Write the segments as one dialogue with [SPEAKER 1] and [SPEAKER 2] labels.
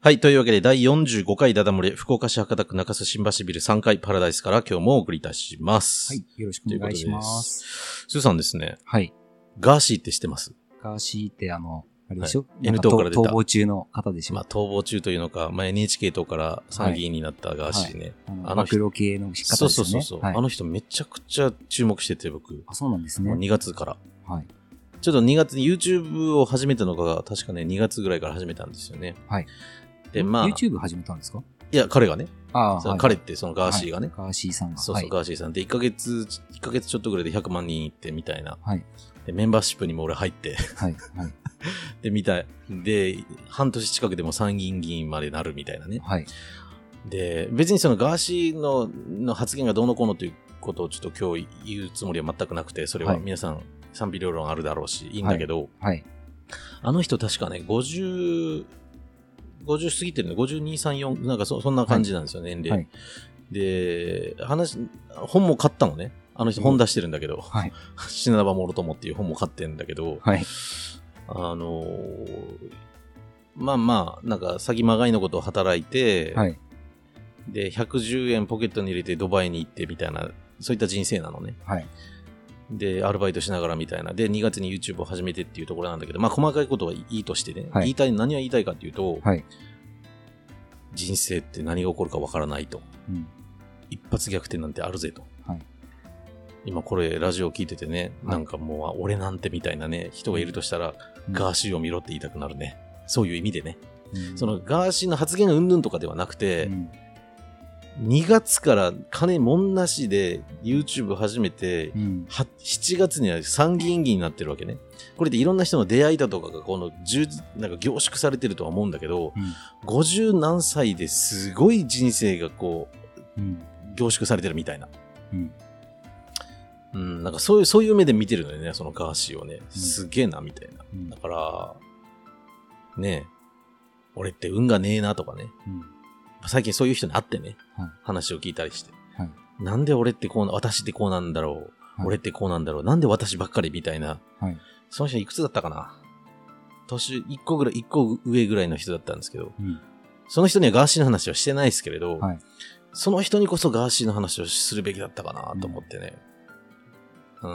[SPEAKER 1] はい。というわけで、第45回ダダ漏れ、福岡市博多区中洲新橋ビル3階パラダイスから今日もお送りいたします。
[SPEAKER 2] は。い。よろしくお願いします。
[SPEAKER 1] スーさんですね、
[SPEAKER 2] はい。
[SPEAKER 1] ガーシーって知ってます
[SPEAKER 2] ガーシーってあの、あれでしょ、
[SPEAKER 1] い N 党から出た
[SPEAKER 2] 逃亡中の方でしょ、
[SPEAKER 1] まあ、逃亡中というのか、まあ、NHK 党から参議院になったガーシーね。
[SPEAKER 2] あの、
[SPEAKER 1] あの
[SPEAKER 2] 暴
[SPEAKER 1] 人
[SPEAKER 2] 露系の方ですよね。
[SPEAKER 1] そうそうそうそう、
[SPEAKER 2] はい
[SPEAKER 1] あの人めちゃくちゃ注目してて、僕。
[SPEAKER 2] あ、そうなんです
[SPEAKER 1] もう
[SPEAKER 2] ね。
[SPEAKER 1] 2月から。
[SPEAKER 2] はい。
[SPEAKER 1] ちょっと2月に YouTube を始めたのが、確かね、2月ぐらいから始めたんですよね。
[SPEAKER 2] はい。
[SPEAKER 1] で、まあ、い
[SPEAKER 2] YouTube 始めたんですか
[SPEAKER 1] や、彼がね、
[SPEAKER 2] ああ、
[SPEAKER 1] その
[SPEAKER 2] はい
[SPEAKER 1] 彼ってそのガーシーがね、
[SPEAKER 2] はいガーシーさんが。
[SPEAKER 1] そうそう、
[SPEAKER 2] はい、
[SPEAKER 1] ガーシーさんで1ヶ月、1ヶ月ちょっとぐらいで100万人いってみたいな。
[SPEAKER 2] はい
[SPEAKER 1] で、メンバーシップにも俺入って、
[SPEAKER 2] はい。はい。
[SPEAKER 1] で、みたい。で、半年近くでも参議院議員までなるみたいなね。
[SPEAKER 2] はい。
[SPEAKER 1] で、別にそのガーシーのの発言がどうのこうのということをちょっと今日言うつもりは全くなくて、それは
[SPEAKER 2] はい
[SPEAKER 1] 皆さん賛否両論あるだろうし、いいんだけど、
[SPEAKER 2] はい。
[SPEAKER 1] あの人確かね、50、50過ぎてるの、52、3、4、なんかそそんな感じなんですよね、年齢。
[SPEAKER 2] はい
[SPEAKER 1] で、話、本も買ったのね。あの人本出してるんだけど、
[SPEAKER 2] はい
[SPEAKER 1] 死なばもろともっていう本も買ってんだけど、
[SPEAKER 2] はい。
[SPEAKER 1] あのーまあまあ、なんか詐欺まがいのことを働いて、
[SPEAKER 2] はい。
[SPEAKER 1] で、110円ポケットに入れてドバイに行ってみたいな、そういった人生なのね。
[SPEAKER 2] はい。
[SPEAKER 1] で、アルバイトしながらみたいな。で、2月に YouTube を始めてっていうところなんだけど、まあ細かいことはいいとしてね。
[SPEAKER 2] はい
[SPEAKER 1] 言いたい、何が言いたいかっていうと、
[SPEAKER 2] はい
[SPEAKER 1] 人生って何が起こるかわからないと。
[SPEAKER 2] うん。
[SPEAKER 1] 一発逆転なんてあるぜと。
[SPEAKER 2] はい
[SPEAKER 1] 今これラジオ聞いててね、
[SPEAKER 2] は
[SPEAKER 1] な
[SPEAKER 2] い
[SPEAKER 1] んかもうあ俺なんてみたいなね、人がいるとしたら、ガーシーを見ろって言いたくなるね。そういう意味でね。
[SPEAKER 2] うん
[SPEAKER 1] その、ガーシーの発言がうんぬんとかではなく
[SPEAKER 2] う
[SPEAKER 1] て、
[SPEAKER 2] ん
[SPEAKER 1] 2月から金もんなしで YouTube 始めて
[SPEAKER 2] う、ん。
[SPEAKER 1] は7月には参議院議員になってるわけね。これでいろんな人の出会いだとかがこの充実なんか凝縮されてるとは思うんだけど、
[SPEAKER 2] うん
[SPEAKER 1] 50何歳ですごい人生がこう
[SPEAKER 2] うん。
[SPEAKER 1] 凝縮されてるみたいな。
[SPEAKER 2] うん。
[SPEAKER 1] うん、なんかそういう、そういう目で見てるのよね、そのガーシーをね。すげえな、みたいな。
[SPEAKER 2] うん
[SPEAKER 1] だから、ねえ、俺って運がねえなとかね。
[SPEAKER 2] うん。
[SPEAKER 1] 最近そういう人に会ってね、
[SPEAKER 2] はい
[SPEAKER 1] 話を聞いたりして、
[SPEAKER 2] はい
[SPEAKER 1] なんで俺ってこうな、私ってこうなんだろう、
[SPEAKER 2] はい
[SPEAKER 1] 俺ってこうなんだろう、なんで私ばっかりみたいな、
[SPEAKER 2] はい。
[SPEAKER 1] その人いくつだったかな年1個ぐらい、1個上ぐらいの人だったんですけど、
[SPEAKER 2] うん。
[SPEAKER 1] その人にはガーシーの話はしてないですけれど、
[SPEAKER 2] はい
[SPEAKER 1] その人にこそガーシーの話をするべきだったかなと思ってね。う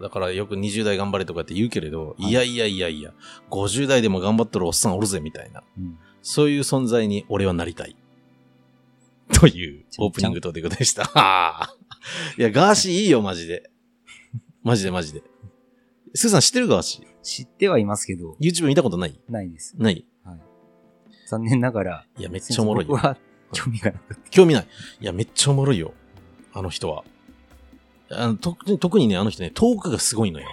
[SPEAKER 1] ん、だからよく20代頑張れとかって言うけれど、
[SPEAKER 2] はい
[SPEAKER 1] いやいやいやいや、50代でも頑張っとるおっさんおるぜみたいな。
[SPEAKER 2] うん。
[SPEAKER 1] そういう存在に俺はなりたい。という
[SPEAKER 2] ちゃん
[SPEAKER 1] オープニングトークでした。 はあいや、ガーシーいいよ、マジで。マジでマジで。スーさん知ってるガーシ
[SPEAKER 2] 知ってはいますけど、
[SPEAKER 1] ー ?YouTube 見たことない
[SPEAKER 2] ないです。
[SPEAKER 1] ない
[SPEAKER 2] はい。残念ながら、
[SPEAKER 1] いや、めっちゃおもろいよ。
[SPEAKER 2] 僕は興味がなかっ
[SPEAKER 1] 興味ない。いや、めっちゃおもろいよ。あの人は。あの特に特にね、あの人ね、トークがすごいのよ。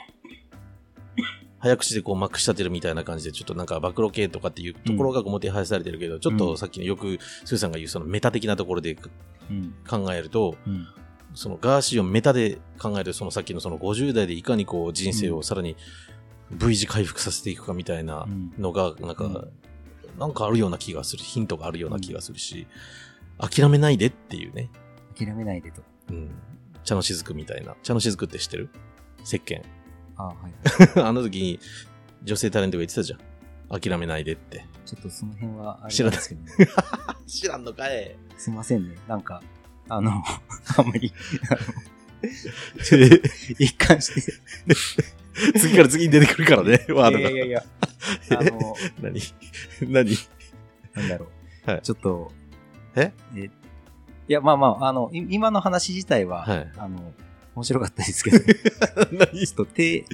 [SPEAKER 1] 早口でこうまくし立てるみたいな感じで、ちょっとなんか暴露系とかっていうところがもてはやされてるけど、ちょっとさっきのよく、スーさんが言うそのメタ的なところで
[SPEAKER 2] た。うん。
[SPEAKER 1] 考えると、
[SPEAKER 2] うん。
[SPEAKER 1] そのガーシーをメタで考えるそのさっきのその50代でいかにこう人生をさらに V 字回復させていくかみたいな
[SPEAKER 2] うん
[SPEAKER 1] のがなんか、
[SPEAKER 2] うん
[SPEAKER 1] なんかあるような気がするヒントがあるような気がするし、諦めないでっていうね、
[SPEAKER 2] 諦めないでと。
[SPEAKER 1] うん、茶の雫みたいな茶の雫って知ってる石 鹸
[SPEAKER 2] ああ、はい。
[SPEAKER 1] あの時に女性タレントが言ってたじゃん諦めないでって
[SPEAKER 2] ちょっとその辺はあれ
[SPEAKER 1] 知ら
[SPEAKER 2] なん
[SPEAKER 1] ない
[SPEAKER 2] ですけど、ね、
[SPEAKER 1] 知らんのか い
[SPEAKER 2] すいませんね。なんか、あの、 あんまり、一貫して。
[SPEAKER 1] 次から次に出てくるからねワード
[SPEAKER 2] い
[SPEAKER 1] が
[SPEAKER 2] やいやい や、あの、
[SPEAKER 1] 何何
[SPEAKER 2] なんだろう。
[SPEAKER 1] はい
[SPEAKER 2] ちょっと、
[SPEAKER 1] え
[SPEAKER 2] えいや、まあまあ、あの、い今の話自体は、
[SPEAKER 1] はい
[SPEAKER 2] あの、面白かったですけど、 ちょ
[SPEAKER 1] 何
[SPEAKER 2] っとテ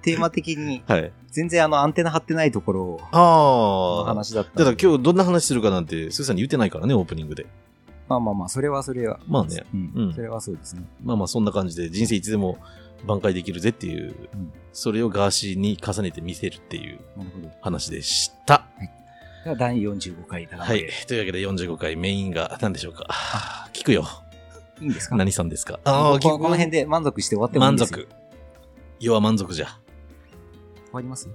[SPEAKER 2] テーマ的に、
[SPEAKER 1] はい
[SPEAKER 2] 全然あの、アンテナ張ってないところ
[SPEAKER 1] あ
[SPEAKER 2] の
[SPEAKER 1] あ
[SPEAKER 2] 話だったんで。
[SPEAKER 1] だから今日どんな話するかなんて、スーさんに言ってないからね、オープニングで。
[SPEAKER 2] まあまあまあ、それはそれは。
[SPEAKER 1] まあね
[SPEAKER 2] うん。
[SPEAKER 1] うん
[SPEAKER 2] それはそうですね。
[SPEAKER 1] まあまあそんな感じで、人生いつでも挽回できるぜっていう、
[SPEAKER 2] うん
[SPEAKER 1] それをガーシーに重ねて見せるっていう
[SPEAKER 2] なるほど。
[SPEAKER 1] 話でした。
[SPEAKER 2] では第45回だから、
[SPEAKER 1] はい。というわけで45回メインが何でしょうか。聞くよ。
[SPEAKER 2] いいんですか
[SPEAKER 1] 何さんですか
[SPEAKER 2] ああ、
[SPEAKER 1] 聞
[SPEAKER 2] こ
[SPEAKER 1] く
[SPEAKER 2] この辺で満足して終わってもいいん
[SPEAKER 1] 満
[SPEAKER 2] ですよ
[SPEAKER 1] 足。世は満足じゃ。
[SPEAKER 2] 終わります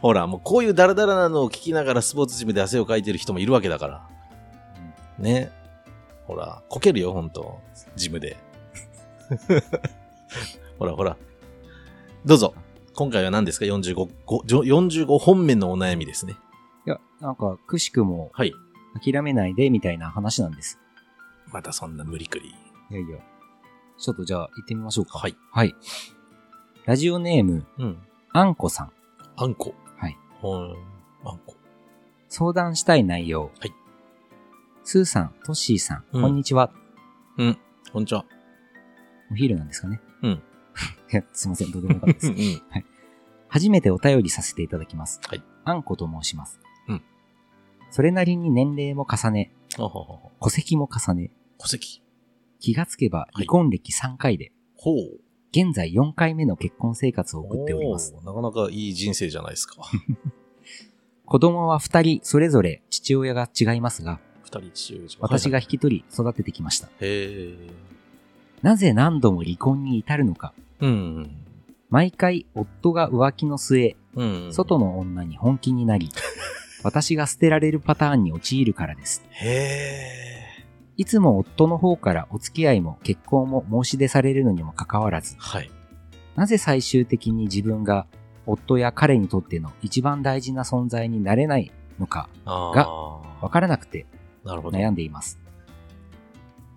[SPEAKER 1] ほら、もうこういうダラダラなのを聞きながらスポーツジムで汗をかいてる人もいるわけだから。ね。ほら、こけるよ、ほんと。ジムで。 ほらほら。どうぞ。今回は何ですか ?45、ご45本目のお悩みですね。
[SPEAKER 2] いや、なんか、くしくも
[SPEAKER 1] はい。
[SPEAKER 2] 諦めないでみたいな話なんです。
[SPEAKER 1] またそんな無理くり。
[SPEAKER 2] いやいや。ちょっとじゃあ行ってみましょうか。
[SPEAKER 1] はい。
[SPEAKER 2] はい。ラジオネーム、
[SPEAKER 1] うん。
[SPEAKER 2] あんこさん。
[SPEAKER 1] あんこ。
[SPEAKER 2] はい。
[SPEAKER 1] はい。あんこ。
[SPEAKER 2] 相談したい内容。
[SPEAKER 1] はい。
[SPEAKER 2] スーさん、トッシーさん、
[SPEAKER 1] うん
[SPEAKER 2] こんにちは。
[SPEAKER 1] うん。こんにちは。
[SPEAKER 2] お昼なんですかね。
[SPEAKER 1] うん
[SPEAKER 2] いや、 すいません、どうでもよかったで
[SPEAKER 1] う
[SPEAKER 2] す。
[SPEAKER 1] ん。
[SPEAKER 2] 初めてお便りさせていただきます。
[SPEAKER 1] はい。
[SPEAKER 2] あんこと申します。
[SPEAKER 1] うん。
[SPEAKER 2] それなりに年齢も重ね、
[SPEAKER 1] あはははは。
[SPEAKER 2] 戸籍も重ね、
[SPEAKER 1] 戸籍。
[SPEAKER 2] 気がつけば
[SPEAKER 1] い
[SPEAKER 2] 離婚歴3回で、
[SPEAKER 1] ほう。
[SPEAKER 2] 現在4回目の結婚生活を送っております。
[SPEAKER 1] おー。なかなかいい人生じゃないですか。
[SPEAKER 2] 子供は2人それぞれ父親が違いますが、
[SPEAKER 1] 二人父親じゃ
[SPEAKER 2] 私が
[SPEAKER 1] はい
[SPEAKER 2] 引き取り育ててきました。
[SPEAKER 1] はいへえ。
[SPEAKER 2] なぜ何度も離婚に至るのか、
[SPEAKER 1] うん。
[SPEAKER 2] 毎回夫が浮気の末、
[SPEAKER 1] うん。
[SPEAKER 2] 外の女に本気になり、 私が捨てられるパターンに陥るからです。
[SPEAKER 1] へえ。
[SPEAKER 2] いつも夫の方からお付き合いも結婚も申し出されるのにもかかわらず、
[SPEAKER 1] はい。
[SPEAKER 2] なぜ最終的に自分が夫や彼にとっての一番大事な存在になれないのか
[SPEAKER 1] あ
[SPEAKER 2] が
[SPEAKER 1] あ。
[SPEAKER 2] わからなくて
[SPEAKER 1] なるほど。
[SPEAKER 2] 悩んでいます。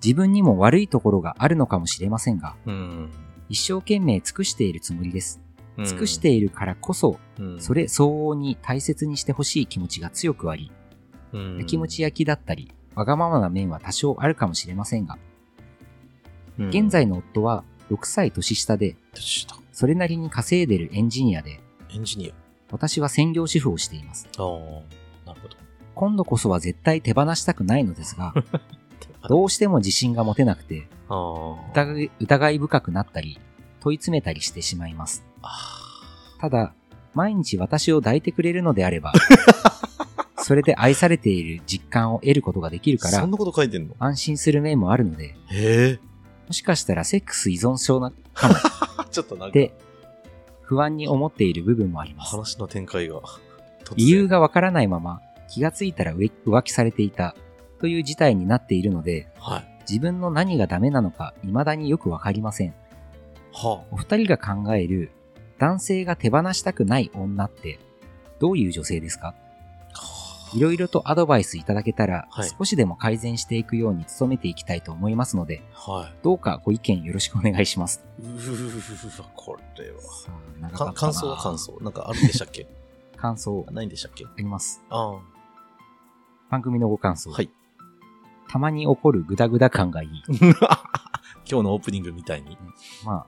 [SPEAKER 2] 自分にも悪いところがあるのかもしれませんが、
[SPEAKER 1] うん。
[SPEAKER 2] 一生懸命尽くしているつもりです。
[SPEAKER 1] うん
[SPEAKER 2] 尽くし、ているからこそ、
[SPEAKER 1] うん
[SPEAKER 2] そ、れ相応に大切にしてほしい気持ちが強くあり、
[SPEAKER 1] うん
[SPEAKER 2] やきもち焼きだったり、わがままな面は多少あるかもしれませんが、
[SPEAKER 1] うん
[SPEAKER 2] 現在の夫は6歳年下で、
[SPEAKER 1] 年下
[SPEAKER 2] それなりに稼いでるエンジニアで、
[SPEAKER 1] エンジニ
[SPEAKER 2] 私は専業主婦をしています。
[SPEAKER 1] ア。ああ。なるほど。
[SPEAKER 2] 今度こそは絶対手放したくないのです が、どうしても自信が持てなくて、
[SPEAKER 1] あー
[SPEAKER 2] 疑い疑い深くなったり、問い詰めたりしてしまいます。
[SPEAKER 1] あ
[SPEAKER 2] ただ、毎日私を抱いてくれるのであ れば、それで愛されている実感を得ることができる
[SPEAKER 1] ー。
[SPEAKER 2] か
[SPEAKER 1] そ
[SPEAKER 2] ら
[SPEAKER 1] ん、なこと書いてんの
[SPEAKER 2] 安心する面もあるので、
[SPEAKER 1] へえ。
[SPEAKER 2] もしかしたらセックス依存症なかもっ
[SPEAKER 1] あ ちょっとなんか、
[SPEAKER 2] て、不安に思っている部分もあります。
[SPEAKER 1] 話の展開が。突然
[SPEAKER 2] 理由。がわからないまま、気がついたら浮浮気されていたという事態になっているので、
[SPEAKER 1] はい。
[SPEAKER 2] 自分の何がダメなのか未だによくわかりません。
[SPEAKER 1] は
[SPEAKER 2] お二人が考える男性が手放したくない女ってどういう女性ですか
[SPEAKER 1] あ。
[SPEAKER 2] いろいろとアドバイスいただけたら、
[SPEAKER 1] はい
[SPEAKER 2] 少しでも改善していくように努めていきたいと思いますので、
[SPEAKER 1] は
[SPEAKER 2] どうかご意見よろしくお願いします。
[SPEAKER 1] い。うーわ、これは。
[SPEAKER 2] さあ長かった
[SPEAKER 1] か
[SPEAKER 2] な
[SPEAKER 1] 感想は感。想。なんかあるんでしたっけ
[SPEAKER 2] 感想あ
[SPEAKER 1] ないんでしたっけ
[SPEAKER 2] ります。
[SPEAKER 1] ああ。
[SPEAKER 2] 番組のご感想。
[SPEAKER 1] はい。
[SPEAKER 2] たまに起こるグダグダ感がいい。
[SPEAKER 1] 今日のオープニングみたいに。
[SPEAKER 2] ま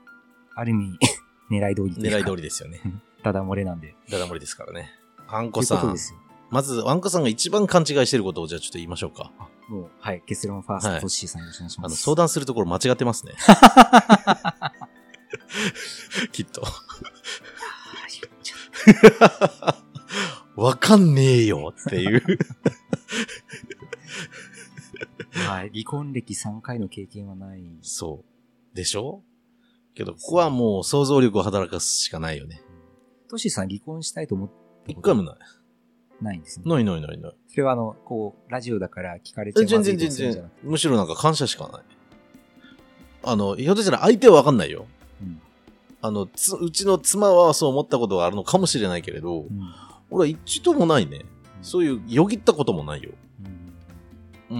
[SPEAKER 2] あ、ある意味、 狙い通りというか
[SPEAKER 1] 狙い通りですよね。
[SPEAKER 2] ただ漏れなんで。
[SPEAKER 1] ダダ漏れですからね。あん
[SPEAKER 2] と
[SPEAKER 1] こ
[SPEAKER 2] いう
[SPEAKER 1] さ
[SPEAKER 2] こと
[SPEAKER 1] ん
[SPEAKER 2] で。すよ。
[SPEAKER 1] まず、あんこさんが一番勘違いしてることをじゃあちょっと言いましょうか。
[SPEAKER 2] あもう、はい。結論ファースト、
[SPEAKER 1] はい
[SPEAKER 2] トッシーさんよろしくお願いし
[SPEAKER 1] あ
[SPEAKER 2] ま
[SPEAKER 1] の、
[SPEAKER 2] す。
[SPEAKER 1] 相談するところ間違ってますね。きっと。わかんねえよっていう。
[SPEAKER 2] はい。離婚歴3回の経験はない。
[SPEAKER 1] そう。でしょけど、ここはもう想像力を働かすしかないよね。
[SPEAKER 2] トシさん離婚したいと思った
[SPEAKER 1] 一
[SPEAKER 2] こ
[SPEAKER 1] 回
[SPEAKER 2] と
[SPEAKER 1] もない。
[SPEAKER 2] ないんですね。
[SPEAKER 1] ないないないない。
[SPEAKER 2] それはあの、こう、ラジオだから聞かれちゃ
[SPEAKER 1] え
[SPEAKER 2] う
[SPEAKER 1] 全
[SPEAKER 2] まずい
[SPEAKER 1] 然
[SPEAKER 2] と
[SPEAKER 1] 全
[SPEAKER 2] かそういうんじゃな
[SPEAKER 1] 然
[SPEAKER 2] く。
[SPEAKER 1] むしろなんか感謝しかない。あの、ひょっとしたら相手はわかんないよ。
[SPEAKER 2] うん
[SPEAKER 1] あの、つうちの妻はそう思ったことがあるのかもしれないけれど、
[SPEAKER 2] うん
[SPEAKER 1] 俺は一度もないね。そういうよぎったこともないよ。
[SPEAKER 2] うん
[SPEAKER 1] うー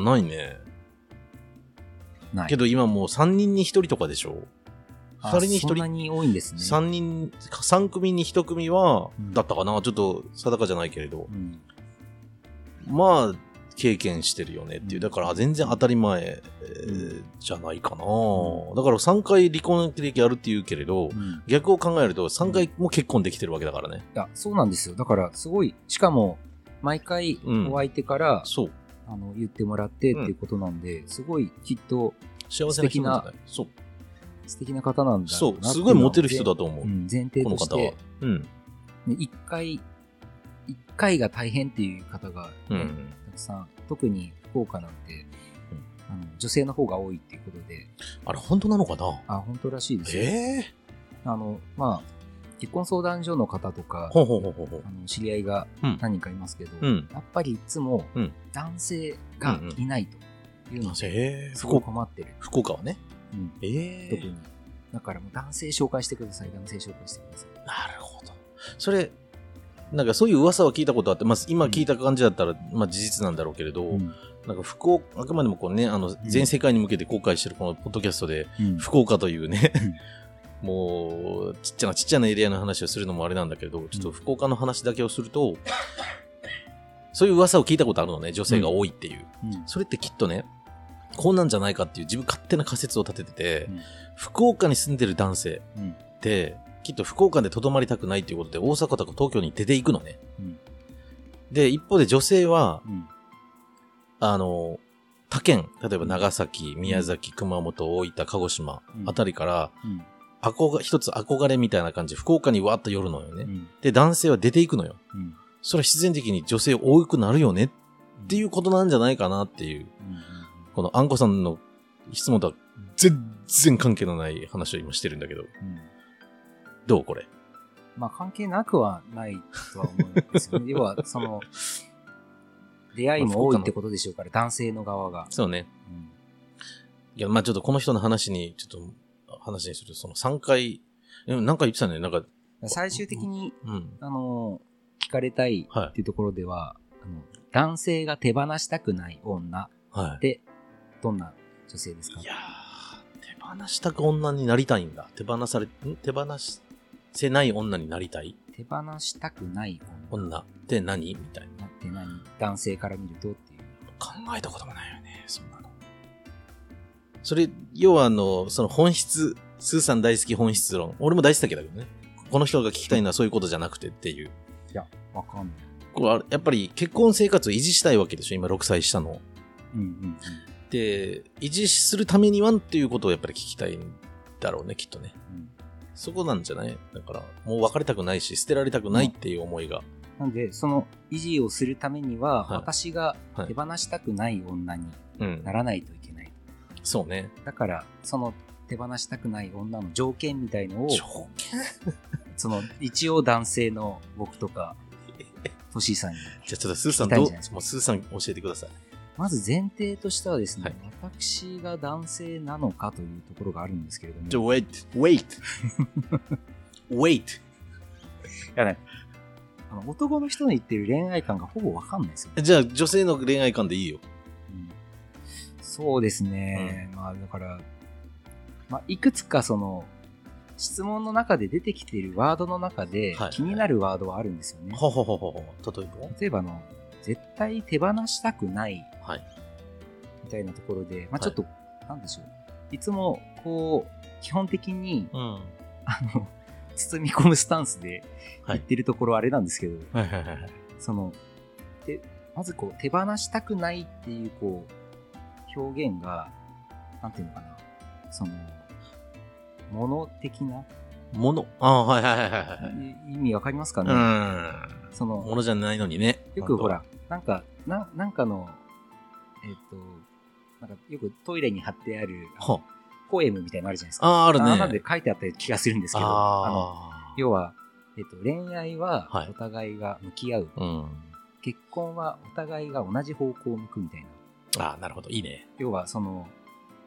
[SPEAKER 1] ん、ないね。
[SPEAKER 2] ない。
[SPEAKER 1] けど今もう3人に1人とかでしょ ?2
[SPEAKER 2] あ
[SPEAKER 1] 人に1
[SPEAKER 2] そんな
[SPEAKER 1] 人、
[SPEAKER 2] に多いんですね。
[SPEAKER 1] 3人、3組に1組は
[SPEAKER 2] う、ん
[SPEAKER 1] だったかなちょっと定かじゃないけれど
[SPEAKER 2] う。ん
[SPEAKER 1] まあ、経験してるよねっていうう。
[SPEAKER 2] ん
[SPEAKER 1] だから全然当たり前、えー
[SPEAKER 2] う
[SPEAKER 1] じゃないかな。だから
[SPEAKER 2] ん
[SPEAKER 1] 3回離婚歴あるって言うけれど
[SPEAKER 2] う、ん。
[SPEAKER 1] 逆を考えると3回も結婚できてるわけだからね。
[SPEAKER 2] いや、そうなんですよ。だから、すごい、しかも、毎回
[SPEAKER 1] うん
[SPEAKER 2] お相手から、
[SPEAKER 1] そう。
[SPEAKER 2] あの言ってもらってって
[SPEAKER 1] うん
[SPEAKER 2] いうことなんで、すごいきっと
[SPEAKER 1] 幸せな人なんじゃないそう。
[SPEAKER 2] 素敵な方なんだろうなって
[SPEAKER 1] そう。す
[SPEAKER 2] う
[SPEAKER 1] ごいモテる人
[SPEAKER 2] だ
[SPEAKER 1] だと思う。
[SPEAKER 2] うん、前提
[SPEAKER 1] ことの
[SPEAKER 2] し
[SPEAKER 1] 方は
[SPEAKER 2] て、。
[SPEAKER 1] うん。
[SPEAKER 2] ね一回、一回が大変っていう方が、
[SPEAKER 1] う
[SPEAKER 2] ね
[SPEAKER 1] ん。
[SPEAKER 2] たくさん、特に福岡なんて、あの女性の方が多いっていうことで、
[SPEAKER 1] あれ、本当なのかな
[SPEAKER 2] あ、本当らしいですよ。
[SPEAKER 1] ええ
[SPEAKER 2] あの、まあ、結婚相談所の方とか、
[SPEAKER 1] ほうほうほうほうほう
[SPEAKER 2] あ。の知り合いが
[SPEAKER 1] うん
[SPEAKER 2] 何人かいますけど、
[SPEAKER 1] うん。
[SPEAKER 2] やっぱりいつも
[SPEAKER 1] うん
[SPEAKER 2] 男性がいないというので、
[SPEAKER 1] ええ
[SPEAKER 2] す
[SPEAKER 1] 福
[SPEAKER 2] ごい
[SPEAKER 1] 岡。
[SPEAKER 2] 困ってる。
[SPEAKER 1] 福岡はね。
[SPEAKER 2] うん
[SPEAKER 1] ええ
[SPEAKER 2] 特に。だからもう男性紹介してください、男性紹介してください。
[SPEAKER 1] なるほど。それ、なんかそういう噂は聞いたことあって、まあ、今聞いた感じだったら、まあ、事実なんだろうけれど、
[SPEAKER 2] うん
[SPEAKER 1] なんか福岡、あくまでもこうね、あの、全世界に向けて公開してるこのポッドキャストで、
[SPEAKER 2] うん
[SPEAKER 1] 福岡というね、 もう、ちっちゃなちっちゃなエリアの話をするのもあれなんだけれど、ちょっと福岡の話だけをすると、そういう噂を聞いたことあるのね、女性が多いっていう。
[SPEAKER 2] うん
[SPEAKER 1] それってきっとね、こうなんじゃないかっていう自分勝手な仮説を立ててて、
[SPEAKER 2] うん
[SPEAKER 1] 福岡に住んでる男性
[SPEAKER 2] うん
[SPEAKER 1] って、きっと福岡でとどまりたくないということで、大阪とか東京に出ていくのね。
[SPEAKER 2] うん
[SPEAKER 1] で、一方で女性は、
[SPEAKER 2] うん
[SPEAKER 1] あの、他県、例えば長崎、宮崎、熊本、大分、鹿児島
[SPEAKER 2] うん
[SPEAKER 1] あたりから、
[SPEAKER 2] うん
[SPEAKER 1] 憧れ、一つ憧れみたいな感じで、福岡にわーっと寄るのよね。
[SPEAKER 2] うん
[SPEAKER 1] で、男性は出ていくのよ。
[SPEAKER 2] うん
[SPEAKER 1] それは必然的に女性多くなるよねっていうことなんじゃないかなっていう。このあんこさんの質問とは全然関係のない話を今してるんだけど、
[SPEAKER 2] うんうん
[SPEAKER 1] どうこれ。
[SPEAKER 2] まあ関係なくはないとは思うんです よね。要は、その、出会いも多いってことでしょうから、男性の側が。
[SPEAKER 1] そうね。
[SPEAKER 2] うん
[SPEAKER 1] いや、まあちょっとこの人の話に、ちょっと話にすると、その3回、うんなんか言ってたね、なんか、
[SPEAKER 2] 最終的に、
[SPEAKER 1] うん。
[SPEAKER 2] あの、聞かれたい
[SPEAKER 1] は
[SPEAKER 2] っ
[SPEAKER 1] い。
[SPEAKER 2] ていうところでは、あの男性が手放したくない女
[SPEAKER 1] は
[SPEAKER 2] って、どんな女性ですか
[SPEAKER 1] い。いやー、手放したく女になりたいんだ。手放され、ん手放せない女になりたい
[SPEAKER 2] 手放したくない女
[SPEAKER 1] 女って何みたいな。
[SPEAKER 2] なって何男性から見るとっていう。
[SPEAKER 1] 考えたこともないよね、そんなの。それ、要はあの、その本質、スーさん大好き本質論。俺も大好きだけどね。この人が聞きたいのはそういうことじゃなくてっていう。
[SPEAKER 2] わかんない。
[SPEAKER 1] こうあれやっぱり結婚生活を維持したいわけでしょ、今6歳下の。
[SPEAKER 2] うんうん
[SPEAKER 1] で、維持するためにはっていうことをやっぱり聞きたいんだろうね、きっとね。
[SPEAKER 2] うんうん。
[SPEAKER 1] そこなんじゃないだから、もう別れたくないし、捨てられたくないっていう思いが。
[SPEAKER 2] なんで、その維持をするためには、
[SPEAKER 1] はい
[SPEAKER 2] 私が
[SPEAKER 1] はい
[SPEAKER 2] 手放したくない女に
[SPEAKER 1] うん
[SPEAKER 2] な。らないといけない。
[SPEAKER 1] そうね。
[SPEAKER 2] だから、その手放したくない女の条件みたいのを、
[SPEAKER 1] 条件
[SPEAKER 2] その一応男性の僕とか、トシーさんに。
[SPEAKER 1] じゃあちょっとスーさん
[SPEAKER 2] 聞きたい
[SPEAKER 1] ど
[SPEAKER 2] ん
[SPEAKER 1] う
[SPEAKER 2] じゃないです、か
[SPEAKER 1] もうスーさん教えてください。
[SPEAKER 2] まず前提としてはですね、
[SPEAKER 1] はい
[SPEAKER 2] 私が男性なのかというところがあるんですけれども、い
[SPEAKER 1] wait, wait, wait.
[SPEAKER 2] やねあの男の人の言ってる恋愛観がほぼわかんないですよね。
[SPEAKER 1] じゃあ女性の恋愛観でいいよ。
[SPEAKER 2] うんそうですね、まあだから、まあ、いくつかその質問の中で出てきているワードの中で
[SPEAKER 1] はい
[SPEAKER 2] 気になるワードはあるんですよね、
[SPEAKER 1] ほほほほほ。例え
[SPEAKER 2] 例えばあの絶対手放したくない
[SPEAKER 1] ばはい。
[SPEAKER 2] みたいなところで、ま
[SPEAKER 1] は
[SPEAKER 2] あ、ち
[SPEAKER 1] い
[SPEAKER 2] ょっと、なんでしょういつもこう基本的に
[SPEAKER 1] うん。は
[SPEAKER 2] あの包み込むスタンスで
[SPEAKER 1] は
[SPEAKER 2] 言
[SPEAKER 1] い
[SPEAKER 2] ってるところはあれなんですけど、
[SPEAKER 1] いはいはい。
[SPEAKER 2] そのでまずこう手放したくないっていうこう表現がなんていうのかなその物的な
[SPEAKER 1] もの。ああ、はいはいはいはいはい
[SPEAKER 2] 意味わかりますかね、
[SPEAKER 1] はい。
[SPEAKER 2] そ
[SPEAKER 1] うん。も
[SPEAKER 2] の
[SPEAKER 1] のじゃないのにね。
[SPEAKER 2] よくほらなんかななんかのえっ、となんかよくトイレに貼ってある
[SPEAKER 1] ほう。
[SPEAKER 2] ポエムみたいなのあるじゃないですか
[SPEAKER 1] ああ、あるね。
[SPEAKER 2] あなんで書いてあった気がするんですけどの
[SPEAKER 1] あ
[SPEAKER 2] 要は、えっと恋愛は
[SPEAKER 1] はい
[SPEAKER 2] お互いが向き合う、
[SPEAKER 1] あ。うん。
[SPEAKER 2] 結婚はお互いが同じ方向を向くみたいな
[SPEAKER 1] ああ、なるほど。いいね。
[SPEAKER 2] 要はその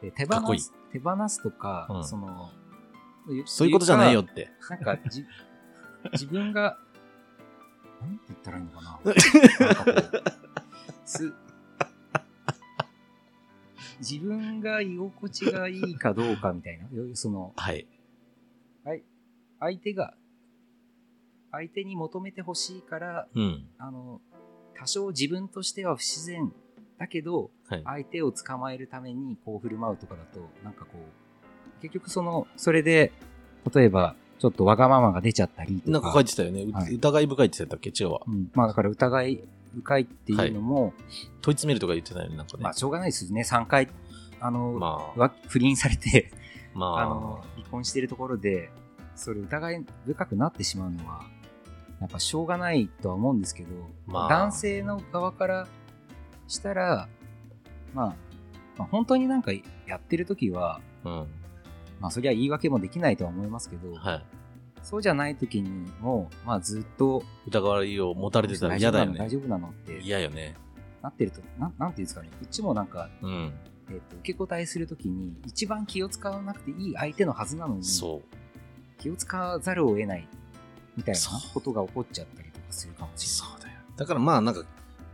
[SPEAKER 2] え手
[SPEAKER 1] かっこ
[SPEAKER 2] 放
[SPEAKER 1] いい
[SPEAKER 2] す手放すとか、
[SPEAKER 1] うん
[SPEAKER 2] その
[SPEAKER 1] そういうことじゃないよって。
[SPEAKER 2] なんかじ 自分がなんて言ったらいいのかななんかこうす自分が居心地がいいかどうかみたいなよその
[SPEAKER 1] はい。
[SPEAKER 2] はい相手が相手に求めてほしいから
[SPEAKER 1] うん。
[SPEAKER 2] あの多少自分としては不自然だけど
[SPEAKER 1] はい。
[SPEAKER 2] 相手を捕まえるためにこう振る舞うとかだとなんかこう結局そのそれで例えばちょっとわがままが出ちゃったりとか
[SPEAKER 1] なんか書いてたよね。う
[SPEAKER 2] はい
[SPEAKER 1] 疑い深いって言ってたっけ違うわ。
[SPEAKER 2] うん、まあだから疑い深いっていうのも、
[SPEAKER 1] 問い詰めるとか言ってたよね。なんかね
[SPEAKER 2] まあ。しょうがないですよね3回あの、
[SPEAKER 1] まあ、
[SPEAKER 2] わ不倫されて
[SPEAKER 1] ま
[SPEAKER 2] あ
[SPEAKER 1] あ、
[SPEAKER 2] の離婚してるところでそれ疑い深くなってしまうのはやっぱしょうがないとは思うんですけど、
[SPEAKER 1] まあ
[SPEAKER 2] 男性の側からしたら、まあ、まあ本当になんかやってる時は
[SPEAKER 1] うん。
[SPEAKER 2] まあそりゃ言い訳もできないとは思いますけど、
[SPEAKER 1] はい。
[SPEAKER 2] そうじゃない時にも、まあずっと、
[SPEAKER 1] 疑いを持たれてたら
[SPEAKER 2] 大
[SPEAKER 1] 嫌
[SPEAKER 2] 丈夫
[SPEAKER 1] だ
[SPEAKER 2] な
[SPEAKER 1] よ
[SPEAKER 2] の大
[SPEAKER 1] ね。
[SPEAKER 2] 丈夫なのって
[SPEAKER 1] 嫌よね。
[SPEAKER 2] なってると、なんなんていうんですかね、うちもなんか、
[SPEAKER 1] うん。
[SPEAKER 2] えっと受け答えする時に、一番気を使わなくていい相手のはずなのに、
[SPEAKER 1] そう。
[SPEAKER 2] 気を使わざるを得ないみたいな
[SPEAKER 1] そう
[SPEAKER 2] ことが起こっちゃったりとかするかもしれな
[SPEAKER 1] うだよ。だからまあなんか、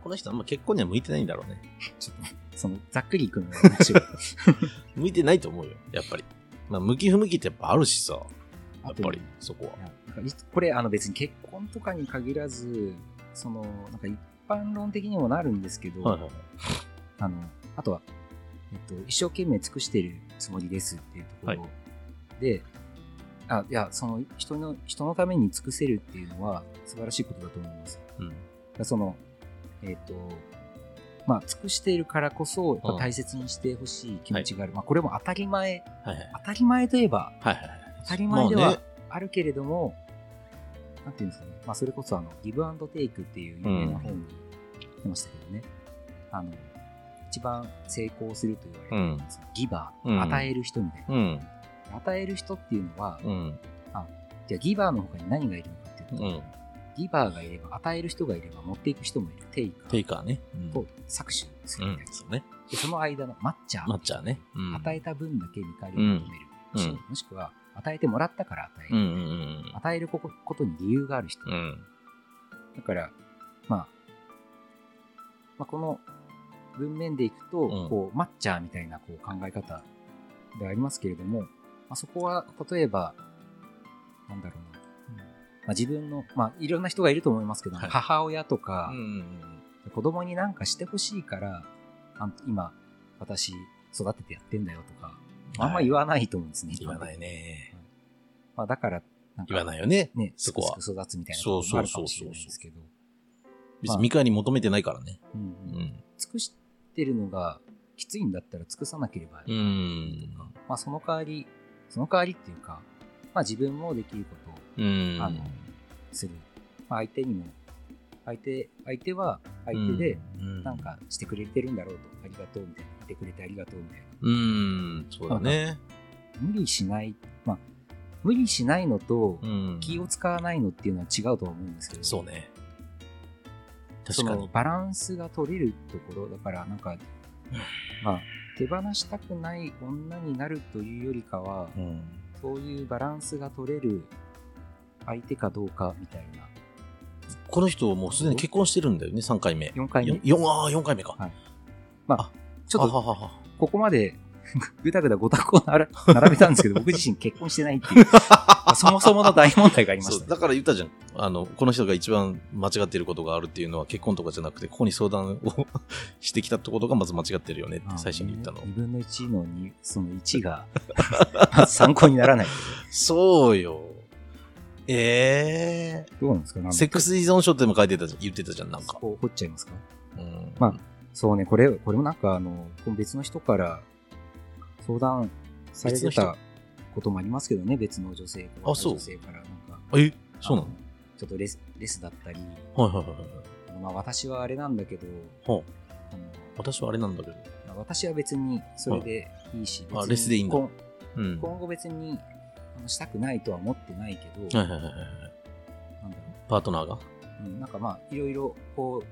[SPEAKER 1] この人あんま結婚には向いてないんだろうね。
[SPEAKER 2] い。ちょっとね、その、ざっくりいくの 話を。
[SPEAKER 1] 向いてないと思うよ、やっぱり。まあ向き不向きってやっぱあるしさ、や
[SPEAKER 2] あ
[SPEAKER 1] っ
[SPEAKER 2] と
[SPEAKER 1] ぱり、そこは。
[SPEAKER 2] いやなんかいこれあの別に結婚とかに限らずそのなんか一般論的にもなるんですけど、
[SPEAKER 1] はいはいはい。
[SPEAKER 2] あのあとは、えっと、一生懸命尽くしてるつもりですっていうところで、あいやその人の人のために尽くせるっていうのは素晴らしいことだと思います。
[SPEAKER 1] うん。
[SPEAKER 2] だからそのえっとまあ、尽くしているからこそやっぱ大切にしてほしい気持ちがある、まあ、これも当たり前
[SPEAKER 1] はいはい。
[SPEAKER 2] 当たり前といえば
[SPEAKER 1] はいはいはい。
[SPEAKER 2] 当たり前では
[SPEAKER 1] まあね
[SPEAKER 2] あるけれども、なんていうんですかね、まあ、それこそあのギブアンドテイクっていう有名な本に出ましたけどね、あの一番成功すると言われるのは、そのギバー、
[SPEAKER 1] うん
[SPEAKER 2] 与える人みたいな、
[SPEAKER 1] うん。
[SPEAKER 2] 与える人っていうのは、
[SPEAKER 1] うん。
[SPEAKER 2] じゃあギバーの他に何がいるのかっていうと、
[SPEAKER 1] うん。
[SPEAKER 2] ギバーがいれば、与える人がいれば、持っていく人もいる、テイカ
[SPEAKER 1] テイ
[SPEAKER 2] ー
[SPEAKER 1] カーね。うん。
[SPEAKER 2] と搾取す
[SPEAKER 1] う
[SPEAKER 2] るみたい
[SPEAKER 1] ん。
[SPEAKER 2] な、
[SPEAKER 1] そうね。
[SPEAKER 2] でその間のマッチャー、
[SPEAKER 1] 抹茶ね。うん。
[SPEAKER 2] 与えた分だけ見返りを求める、
[SPEAKER 1] うん
[SPEAKER 2] しもしくは与えてもらったから与える。
[SPEAKER 1] うんうんうん
[SPEAKER 2] 与えるこことに理由がある人、
[SPEAKER 1] うん。うん。
[SPEAKER 2] だから、まあ、まあ、この文面でいくと、
[SPEAKER 1] ん
[SPEAKER 2] こう、マッチャーみたいなこう考え方でありますけれども、まあ、そこは、例えば、なんだろうな、まあ、自分の、まあ、いろんな人がいると思いますけども、
[SPEAKER 1] はい
[SPEAKER 2] 母親と
[SPEAKER 1] う
[SPEAKER 2] か、
[SPEAKER 1] ん。
[SPEAKER 2] 子供になんかしてほしいから、あん今、私、育ててやってんだよとか、あんま言
[SPEAKER 1] わ
[SPEAKER 2] わないと思うんですね。。
[SPEAKER 1] 言わないいね。
[SPEAKER 2] まあ、だから、なんか
[SPEAKER 1] 言わないよね。
[SPEAKER 2] ね、
[SPEAKER 1] そこは
[SPEAKER 2] すくすく育つみたいなこともあるかもしれないですけど。
[SPEAKER 1] 別に見返り求めてないからね。
[SPEAKER 2] うん
[SPEAKER 1] う
[SPEAKER 2] うん
[SPEAKER 1] ん。
[SPEAKER 2] 尽くしてるのがきついんだったら尽くさなければ
[SPEAKER 1] う
[SPEAKER 2] いい
[SPEAKER 1] ん。
[SPEAKER 2] とか、まあ、その代わりその代わりっていうか、まあ、自分もできることを
[SPEAKER 1] うん。
[SPEAKER 2] あのする、まあ、相手にも相手相手は相手で
[SPEAKER 1] うん、
[SPEAKER 2] なんかしてくれてるんだろうと、ありがとうみたいな言ってくれてありがとうみたいな
[SPEAKER 1] うん、そうだね。
[SPEAKER 2] 無理しないまあ無理しないのと
[SPEAKER 1] うん。
[SPEAKER 2] 気を使わないのっていうのは違うとは思うんですけど
[SPEAKER 1] そうね。
[SPEAKER 2] そ
[SPEAKER 1] 確か
[SPEAKER 2] の
[SPEAKER 1] に。
[SPEAKER 2] バランスが取れるところだからなんか、まあ、手放したくない女になるというよりかは、
[SPEAKER 1] うん。
[SPEAKER 2] そういうバランスが取れる相手かどうかみたいな
[SPEAKER 1] この人もうすでに結婚してるんだよね、3回目。
[SPEAKER 2] 4回目
[SPEAKER 1] よんああ、4回目か。
[SPEAKER 2] はいちょっ
[SPEAKER 1] あ
[SPEAKER 2] と
[SPEAKER 1] ははは
[SPEAKER 2] ここまで ぐだぐだごたこをなら並べたん ですけど僕自身結婚してないっていうそもそもの大問題がありま
[SPEAKER 1] そ
[SPEAKER 2] し
[SPEAKER 1] う
[SPEAKER 2] た
[SPEAKER 1] だ
[SPEAKER 2] ね
[SPEAKER 1] から言ったじゃんあのこの人が一番間違っていることがあるっていうのは結婚とかじゃなくてここに相談を してきたってことがまず間違ってるよねって最初に言ったの
[SPEAKER 2] 2分の1の2その1が まず参考にならない
[SPEAKER 1] そうよええ
[SPEAKER 2] どうなんですかなんか
[SPEAKER 1] セックス依存症っても書いてたじゃん言ってたじゃんなん
[SPEAKER 2] そ
[SPEAKER 1] か、
[SPEAKER 2] こ掘っちゃいますか
[SPEAKER 1] うん
[SPEAKER 2] まそうね、これ、これもなんか、あの、この別の人から相談されて
[SPEAKER 1] 別の
[SPEAKER 2] たこともありますけどね、別の女性から。
[SPEAKER 1] あそう
[SPEAKER 2] 女性から、なんか。
[SPEAKER 1] えそうな
[SPEAKER 2] あ
[SPEAKER 1] の
[SPEAKER 2] ちょっとレスレスだったり、
[SPEAKER 1] はいはいはいはい
[SPEAKER 2] まあ私はあれなんだけど、
[SPEAKER 1] ほ
[SPEAKER 2] あの
[SPEAKER 1] 私はあれなんだけど
[SPEAKER 2] まあ私は別にそれでいいし、
[SPEAKER 1] あ
[SPEAKER 2] 別に
[SPEAKER 1] レスでいいんだ
[SPEAKER 2] 今
[SPEAKER 1] うんは
[SPEAKER 2] 今後別にあのしたくないとは思ってないけ
[SPEAKER 1] い
[SPEAKER 2] ど、
[SPEAKER 1] はいはいはいはい
[SPEAKER 2] なんだろ
[SPEAKER 1] パートナーが
[SPEAKER 2] う、うん、なんかまあ、いろいろこ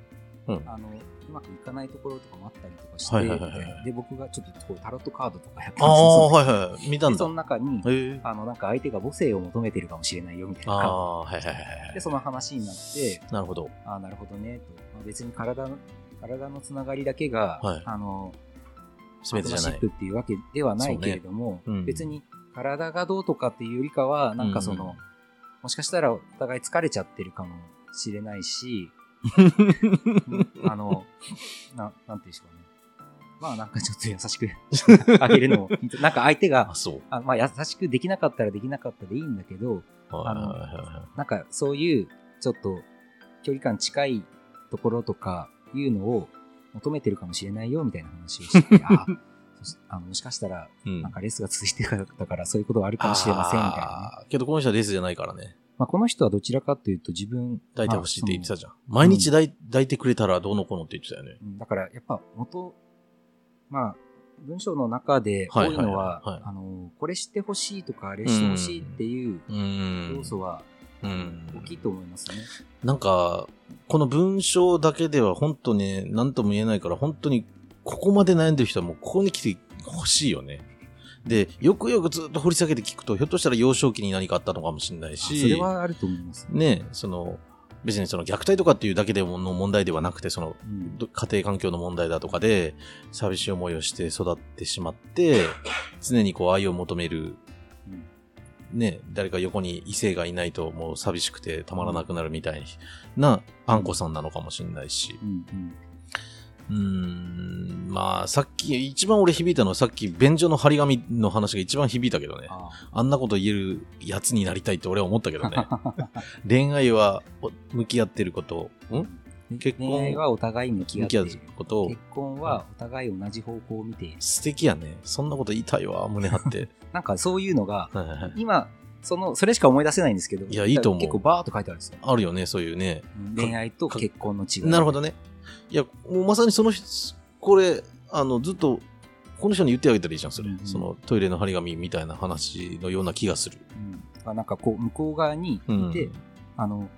[SPEAKER 2] う、
[SPEAKER 1] うん
[SPEAKER 2] あの、うまくいかないところとかもあったりとかして、
[SPEAKER 1] はいはいはいはい
[SPEAKER 2] みたいなで、僕がちょっとこうタロットカードとかやって
[SPEAKER 1] ああはいはい見たん
[SPEAKER 2] で
[SPEAKER 1] だ
[SPEAKER 2] その中に、
[SPEAKER 1] へえ
[SPEAKER 2] あの、なんか相手が母性を求めてるかもしれないよみたい
[SPEAKER 1] あ
[SPEAKER 2] な。
[SPEAKER 1] あはいはいはいは
[SPEAKER 2] で、その話になって、
[SPEAKER 1] いなるほど
[SPEAKER 2] ああ、なるほどね、と。まあ、別に体の、体のつながりだけが、
[SPEAKER 1] はい
[SPEAKER 2] あの、
[SPEAKER 1] 全てじゃな
[SPEAKER 2] パートナーシッ
[SPEAKER 1] い
[SPEAKER 2] プっていうわけではない
[SPEAKER 1] そう
[SPEAKER 2] け
[SPEAKER 1] ね
[SPEAKER 2] れども、
[SPEAKER 1] うん
[SPEAKER 2] 別に体がどうとかっていうよりかは、なんかその、
[SPEAKER 1] うん
[SPEAKER 2] もしかしたらお互い疲れちゃってるかもしれない し、あの、ななんていうんですかね。まあなんかちょっと優しく あげるのも、なんか相手が
[SPEAKER 1] あ、そう
[SPEAKER 2] あまあ優しくできなかったらできなかったでいいんだけど、
[SPEAKER 1] はいはいはいはい
[SPEAKER 2] なんかそういうちょっと距離感近いところとかいうのを求めてるかもしれないよみたいな話を して、あそしあのもしかしたら
[SPEAKER 1] うん
[SPEAKER 2] なんかレースが続いてたからそういうことはあるかもしれませんみたいなね。
[SPEAKER 1] あーけどこの人はレースじゃないからね。
[SPEAKER 2] まあ、この人はどちらかというと自分
[SPEAKER 1] 抱いてほしいって言ってた
[SPEAKER 2] じ
[SPEAKER 1] じゃん。毎日抱い抱いてくれたらどうのこうのって言ってたよね。
[SPEAKER 2] だからやっぱ元、まあ文章の中で多いのは、
[SPEAKER 1] はいはいはいはい
[SPEAKER 2] あのこれしてほしいとかあれしてほしいっていう
[SPEAKER 1] うーん。
[SPEAKER 2] 要素は
[SPEAKER 1] うん
[SPEAKER 2] 大きいと思いますね。
[SPEAKER 1] なんか、この文章だけでは本当ね、何とも言えないから、本当にここまで悩んでる人はもうここに来てほしいよね。で、よくよくずっと掘り下げて聞くと、ひょっとしたら幼少期に何かあったのかもしれない
[SPEAKER 2] そ
[SPEAKER 1] し、
[SPEAKER 2] れはあると思います。
[SPEAKER 1] ね、その、別にその虐待とかっていうだけでもの問題ではなくて、その、
[SPEAKER 2] うん
[SPEAKER 1] ど家庭環境の問題だとかで、寂しい思いをして育ってしまって、常にこう愛を求める
[SPEAKER 2] うん、
[SPEAKER 1] ね、誰か横に異性がいないともう寂しくてたまらなくなるみたいなパンコさんなのかもしれないし。
[SPEAKER 2] うんうん
[SPEAKER 1] うーん、まあさっき、一番俺響いたのはさっき便所の張り紙の話が一番響いたけどね。
[SPEAKER 2] あ
[SPEAKER 1] あんなこと言えるやつになりたいって俺は思ったけどね。恋愛はお向き合ってること、
[SPEAKER 2] ー
[SPEAKER 1] ん結婚
[SPEAKER 2] 恋愛はお互い向き
[SPEAKER 1] 向
[SPEAKER 2] 合っ
[SPEAKER 1] き
[SPEAKER 2] て
[SPEAKER 1] 合っ
[SPEAKER 2] い
[SPEAKER 1] て
[SPEAKER 2] る
[SPEAKER 1] ることを
[SPEAKER 2] 結婚はお互い同じ方向を見ている
[SPEAKER 1] 素敵やね。そんなこと言いたいわ、胸張 って。
[SPEAKER 2] なんかそういうの
[SPEAKER 1] は
[SPEAKER 2] が
[SPEAKER 1] いはいはい
[SPEAKER 2] 今そのそれしか思い出せないんですけど
[SPEAKER 1] いやいいと思う
[SPEAKER 2] 結構バーっと書いてあるんですよ
[SPEAKER 1] あるよね、そういうね。
[SPEAKER 2] 恋愛と結婚の違い
[SPEAKER 1] なるほどね。いや、もうまさにその人、これ、あの、ずっと、この人に言ってあげたらいいじゃん、それ。
[SPEAKER 2] うんうん
[SPEAKER 1] そのトイレの張り紙みたいな話のような気がする。
[SPEAKER 2] うんあなんかこう向こう側に
[SPEAKER 1] う
[SPEAKER 2] い
[SPEAKER 1] ん。
[SPEAKER 2] て、あの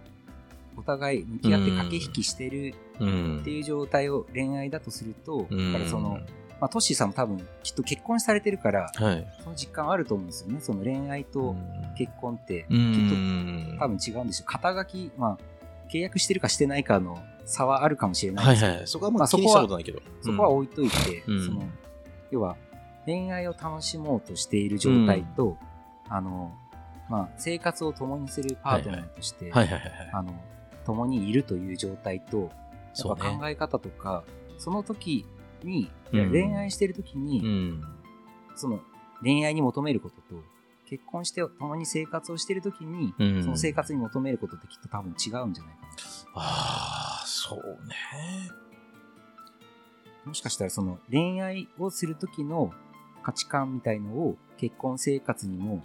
[SPEAKER 2] お互い向き合って駆け引きしてる
[SPEAKER 1] う
[SPEAKER 2] って
[SPEAKER 1] ん。
[SPEAKER 2] いう状態を恋愛だとすると、
[SPEAKER 1] うん
[SPEAKER 2] だからその、まあ、トッシーさんも多分きっと結婚されてるから
[SPEAKER 1] はい。
[SPEAKER 2] その実感はあると思うんですよねその恋愛と結婚って
[SPEAKER 1] うん。
[SPEAKER 2] 多分違うんでしょう肩書き、まあ、契約してるかしてないかの差はあるかもしれない
[SPEAKER 1] はい
[SPEAKER 2] ですけど
[SPEAKER 1] はい。そこはま
[SPEAKER 2] ま
[SPEAKER 1] あ
[SPEAKER 2] あ
[SPEAKER 1] 気
[SPEAKER 2] そ
[SPEAKER 1] に
[SPEAKER 2] こ
[SPEAKER 1] し
[SPEAKER 2] は
[SPEAKER 1] たことないけど。
[SPEAKER 2] そこは
[SPEAKER 1] うん
[SPEAKER 2] 置いといて、
[SPEAKER 1] うん
[SPEAKER 2] その要は恋愛を楽しもうとしている状態と、あのまあ、生活を共にするパートナーとして、
[SPEAKER 1] はいはいはいはい。
[SPEAKER 2] あの共にいるという状態と
[SPEAKER 1] そ
[SPEAKER 2] や
[SPEAKER 1] う
[SPEAKER 2] っ
[SPEAKER 1] ね
[SPEAKER 2] ぱ考え方とかそ,、の時に、いや
[SPEAKER 1] うん
[SPEAKER 2] 恋愛してる時に、
[SPEAKER 1] うん。
[SPEAKER 2] その恋愛に求めることと結婚して共に生活をしてる時に、
[SPEAKER 1] うん
[SPEAKER 2] その生活に求めることってきっと多分違うんじゃないかな
[SPEAKER 1] ああ、そうね。
[SPEAKER 2] もしかしたらその恋愛をする時の価値観みたいのを結婚生活にも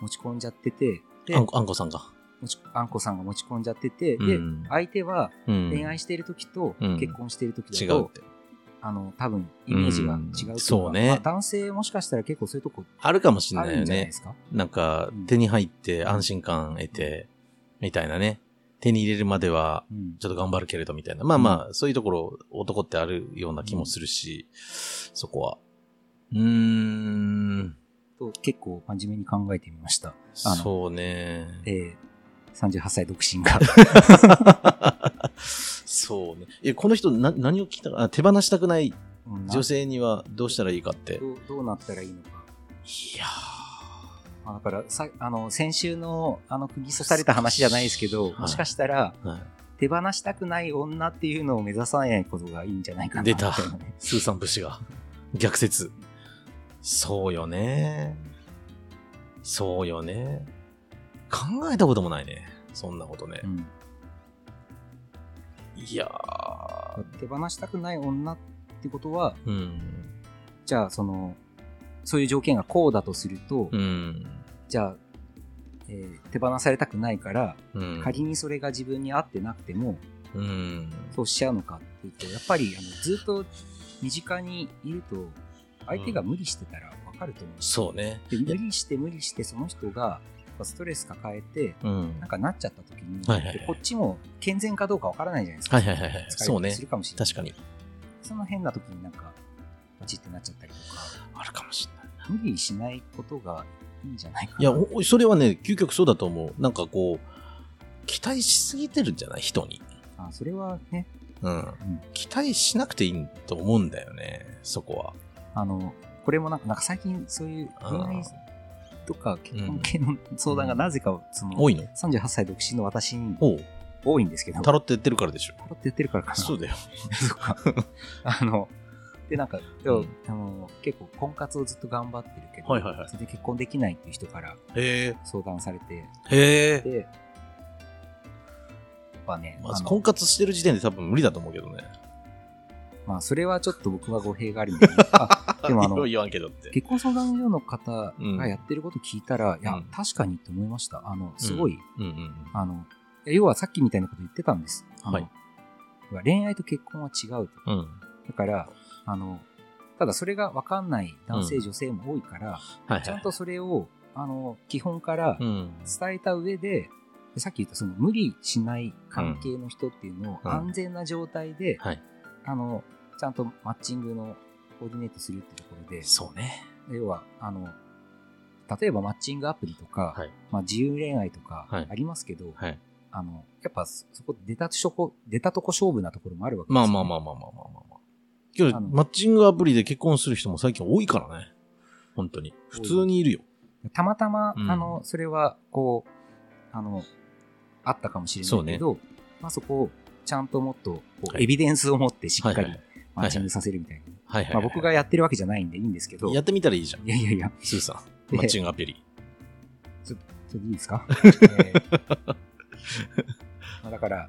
[SPEAKER 2] 持ち込んじゃってて、で、
[SPEAKER 1] あんあんこさんが。
[SPEAKER 2] 持ちあんこさんが持ち込んじゃってて、
[SPEAKER 1] うん
[SPEAKER 2] で、相手は
[SPEAKER 1] うん
[SPEAKER 2] 恋愛してる時と
[SPEAKER 1] うん
[SPEAKER 2] 結婚してる時
[SPEAKER 1] 違
[SPEAKER 2] だと、
[SPEAKER 1] うって。
[SPEAKER 2] あの、多分イメージが違うといか
[SPEAKER 1] うんそうね
[SPEAKER 2] まあ男性もしかしたら結構そういうとこ
[SPEAKER 1] あるかもしれ
[SPEAKER 2] あ
[SPEAKER 1] ない
[SPEAKER 2] る
[SPEAKER 1] よ
[SPEAKER 2] んじゃない
[SPEAKER 1] ね
[SPEAKER 2] で。すか
[SPEAKER 1] なんか
[SPEAKER 2] うん、
[SPEAKER 1] 手に入って安心感得て、みたいなね。手に入れるまでは、
[SPEAKER 2] うん
[SPEAKER 1] ちょっと頑張るけれど、みたいな。まあまあ、そういうところ、男ってあるような気もするし、そこは。うーん。
[SPEAKER 2] と結構真面目に考えてみました。あの
[SPEAKER 1] そうね。
[SPEAKER 2] えー、38歳独 身が。
[SPEAKER 1] そうね。え、この人、な、何を聞いたかあ手放したくない
[SPEAKER 2] うん
[SPEAKER 1] 女性にはどうしたらいいかって。い
[SPEAKER 2] どうどうなったらいいのか。
[SPEAKER 1] や
[SPEAKER 2] まあ、だからさあの先週のあの釘刺された話じゃないですけ
[SPEAKER 1] は
[SPEAKER 2] ど、
[SPEAKER 1] い
[SPEAKER 2] もしかしたら
[SPEAKER 1] ー、はい。
[SPEAKER 2] 手放したくない女っていうのを目指さないことがいいんじゃないかな
[SPEAKER 1] 出た
[SPEAKER 2] みいなね
[SPEAKER 1] スーさん節が。逆説。そうよね。そうよね。考えたこともないね。そんなことね
[SPEAKER 2] う。ん
[SPEAKER 1] いやー。
[SPEAKER 2] 手放したくない女ってことは
[SPEAKER 1] うん。
[SPEAKER 2] じゃあそのそういう条件がこうだとすると、
[SPEAKER 1] うん。
[SPEAKER 2] じゃあ、えー手放されたくないから
[SPEAKER 1] うん。
[SPEAKER 2] 仮にそれが自分に合ってなくても
[SPEAKER 1] うん。
[SPEAKER 2] そうしちゃうのかっていうとやっぱりあのずっと身近にいると相手が無理してたら分かると思うし
[SPEAKER 1] そうね。
[SPEAKER 2] で無理して無理してその人がストレス抱えて
[SPEAKER 1] うん
[SPEAKER 2] なん。かなっちゃった時に、
[SPEAKER 1] はいはいはい
[SPEAKER 2] でこっちも健全かどうかわからないじゃないですか。
[SPEAKER 1] はいはいはいはい。
[SPEAKER 2] 疲れたり
[SPEAKER 1] そうね
[SPEAKER 2] す。るかもしれない。
[SPEAKER 1] 確かに。
[SPEAKER 2] その変な時になんか、パチってなっちゃったりとか、
[SPEAKER 1] あるかもしれない。
[SPEAKER 2] 無理しないことがいいんじゃないかな。
[SPEAKER 1] いや、おそれはね、究極そうだと思う。なんかこう、期待しすぎてるんじゃない人に。
[SPEAKER 2] あそれはね、
[SPEAKER 1] うん。期待しなくていいと思うんだよね。そこは。
[SPEAKER 2] あの、これもなんかなんか最近そういう恋愛とか結婚系の相談がなぜか、その、
[SPEAKER 1] 多いの
[SPEAKER 2] 38歳独身の私に
[SPEAKER 1] おう。
[SPEAKER 2] 多いんですけど、
[SPEAKER 1] タロットやってるからでしょ。
[SPEAKER 2] タロットやってるからかな。
[SPEAKER 1] そうだよ。
[SPEAKER 2] そっか。 あの、で、なんか、でも
[SPEAKER 1] うん
[SPEAKER 2] あの結構婚活をずっと頑張ってるけど、
[SPEAKER 1] はいはいはい
[SPEAKER 2] それで結婚できないっていう人から
[SPEAKER 1] へ
[SPEAKER 2] 相談されて、
[SPEAKER 1] え。へえ。
[SPEAKER 2] で、やっぱね、
[SPEAKER 1] ま
[SPEAKER 2] あ
[SPEAKER 1] ず
[SPEAKER 2] の
[SPEAKER 1] 婚活してる時点で多分無理だと思うけどね。
[SPEAKER 2] まあ、それはちょっと僕は語弊があ るんで、あでもあ
[SPEAKER 1] いろ
[SPEAKER 2] の、
[SPEAKER 1] いろ言わんけどって。
[SPEAKER 2] 結婚相談所の方
[SPEAKER 1] うん
[SPEAKER 2] がやってること聞いたら、いや、
[SPEAKER 1] うん
[SPEAKER 2] 確かにって思いました。あの、すごい、
[SPEAKER 1] うんうん
[SPEAKER 2] あの、いや要はさっきみたいなこと言ってたんです。あの
[SPEAKER 1] はい
[SPEAKER 2] 要は恋愛と結婚は違うと。
[SPEAKER 1] うん。うん。
[SPEAKER 2] だから、あの、ただそれが分かんない男性、
[SPEAKER 1] うん
[SPEAKER 2] 女性も多いから、
[SPEAKER 1] はい
[SPEAKER 2] ちゃ
[SPEAKER 1] は
[SPEAKER 2] ん
[SPEAKER 1] い。
[SPEAKER 2] とそれを、あの、基本から
[SPEAKER 1] うん。
[SPEAKER 2] 伝えた上で、でさっき言ったその無理しない関係の人っていうの
[SPEAKER 1] う
[SPEAKER 2] を
[SPEAKER 1] ん
[SPEAKER 2] 安全な状態で、
[SPEAKER 1] はい。
[SPEAKER 2] あの、ちゃんとマッチングのコーディネートするってところで、
[SPEAKER 1] そうね。
[SPEAKER 2] 要は、あの、例えばマッチングアプリとか、
[SPEAKER 1] はい
[SPEAKER 2] まあ、自由恋愛とか
[SPEAKER 1] はい
[SPEAKER 2] ありますけど、
[SPEAKER 1] はい。
[SPEAKER 2] あの、やっぱそそこ出たとこ、出たとこ勝負なところもあるわけです
[SPEAKER 1] ま
[SPEAKER 2] よ
[SPEAKER 1] あ
[SPEAKER 2] ね
[SPEAKER 1] まあまあまあまあまあまあまあ。けど
[SPEAKER 2] あの
[SPEAKER 1] マッチングアプリで結婚する人も最近多いからね。本当に。普通にいるよ。
[SPEAKER 2] たまたま、
[SPEAKER 1] うん
[SPEAKER 2] あの、それは、こう、あの、あったかもしれないけど、まあそこを、ちゃんともっと、こう
[SPEAKER 1] はい
[SPEAKER 2] エビデンスを持ってしっか
[SPEAKER 1] はいは
[SPEAKER 2] り
[SPEAKER 1] い
[SPEAKER 2] マッチングさせるみたいな。
[SPEAKER 1] はいはい
[SPEAKER 2] ま
[SPEAKER 1] はい。
[SPEAKER 2] あ僕がやってるわけじゃないんでいいんですけど、い
[SPEAKER 1] やってみたらいいじゃん。
[SPEAKER 2] やいやいや、
[SPEAKER 1] スーさん。
[SPEAKER 2] で
[SPEAKER 1] マッチングアプリ。
[SPEAKER 2] ちょっといいで すか、えーまあだから、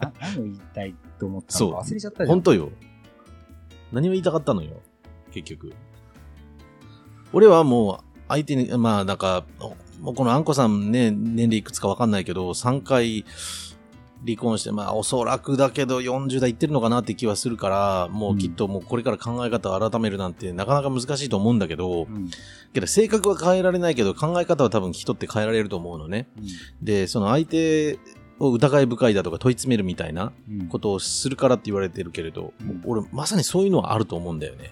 [SPEAKER 2] な何を言いたいと思ったのか忘れちゃったじゃん
[SPEAKER 1] 本。当よ。何を言いたかったのよ。結局。俺はもう、相手に、まあなんか、もうこのあんこさんね、年齢いくつかわかんないけど、3回離婚して、まあおそらくだけど40代いってるのかなって気はするから、もうきっともうこれから考え方を改めるなんてなかなか難しいと思うんだけど、
[SPEAKER 2] うんうん
[SPEAKER 1] けど性格は変えられないけど考え方は多分人って変えられると思うのね。で、その相手を疑い深いだとか問い詰めるみたいな
[SPEAKER 2] うん
[SPEAKER 1] ことをするからって言われてるけれど、
[SPEAKER 2] うん
[SPEAKER 1] 俺まさにそういうのはあると思うんだよね。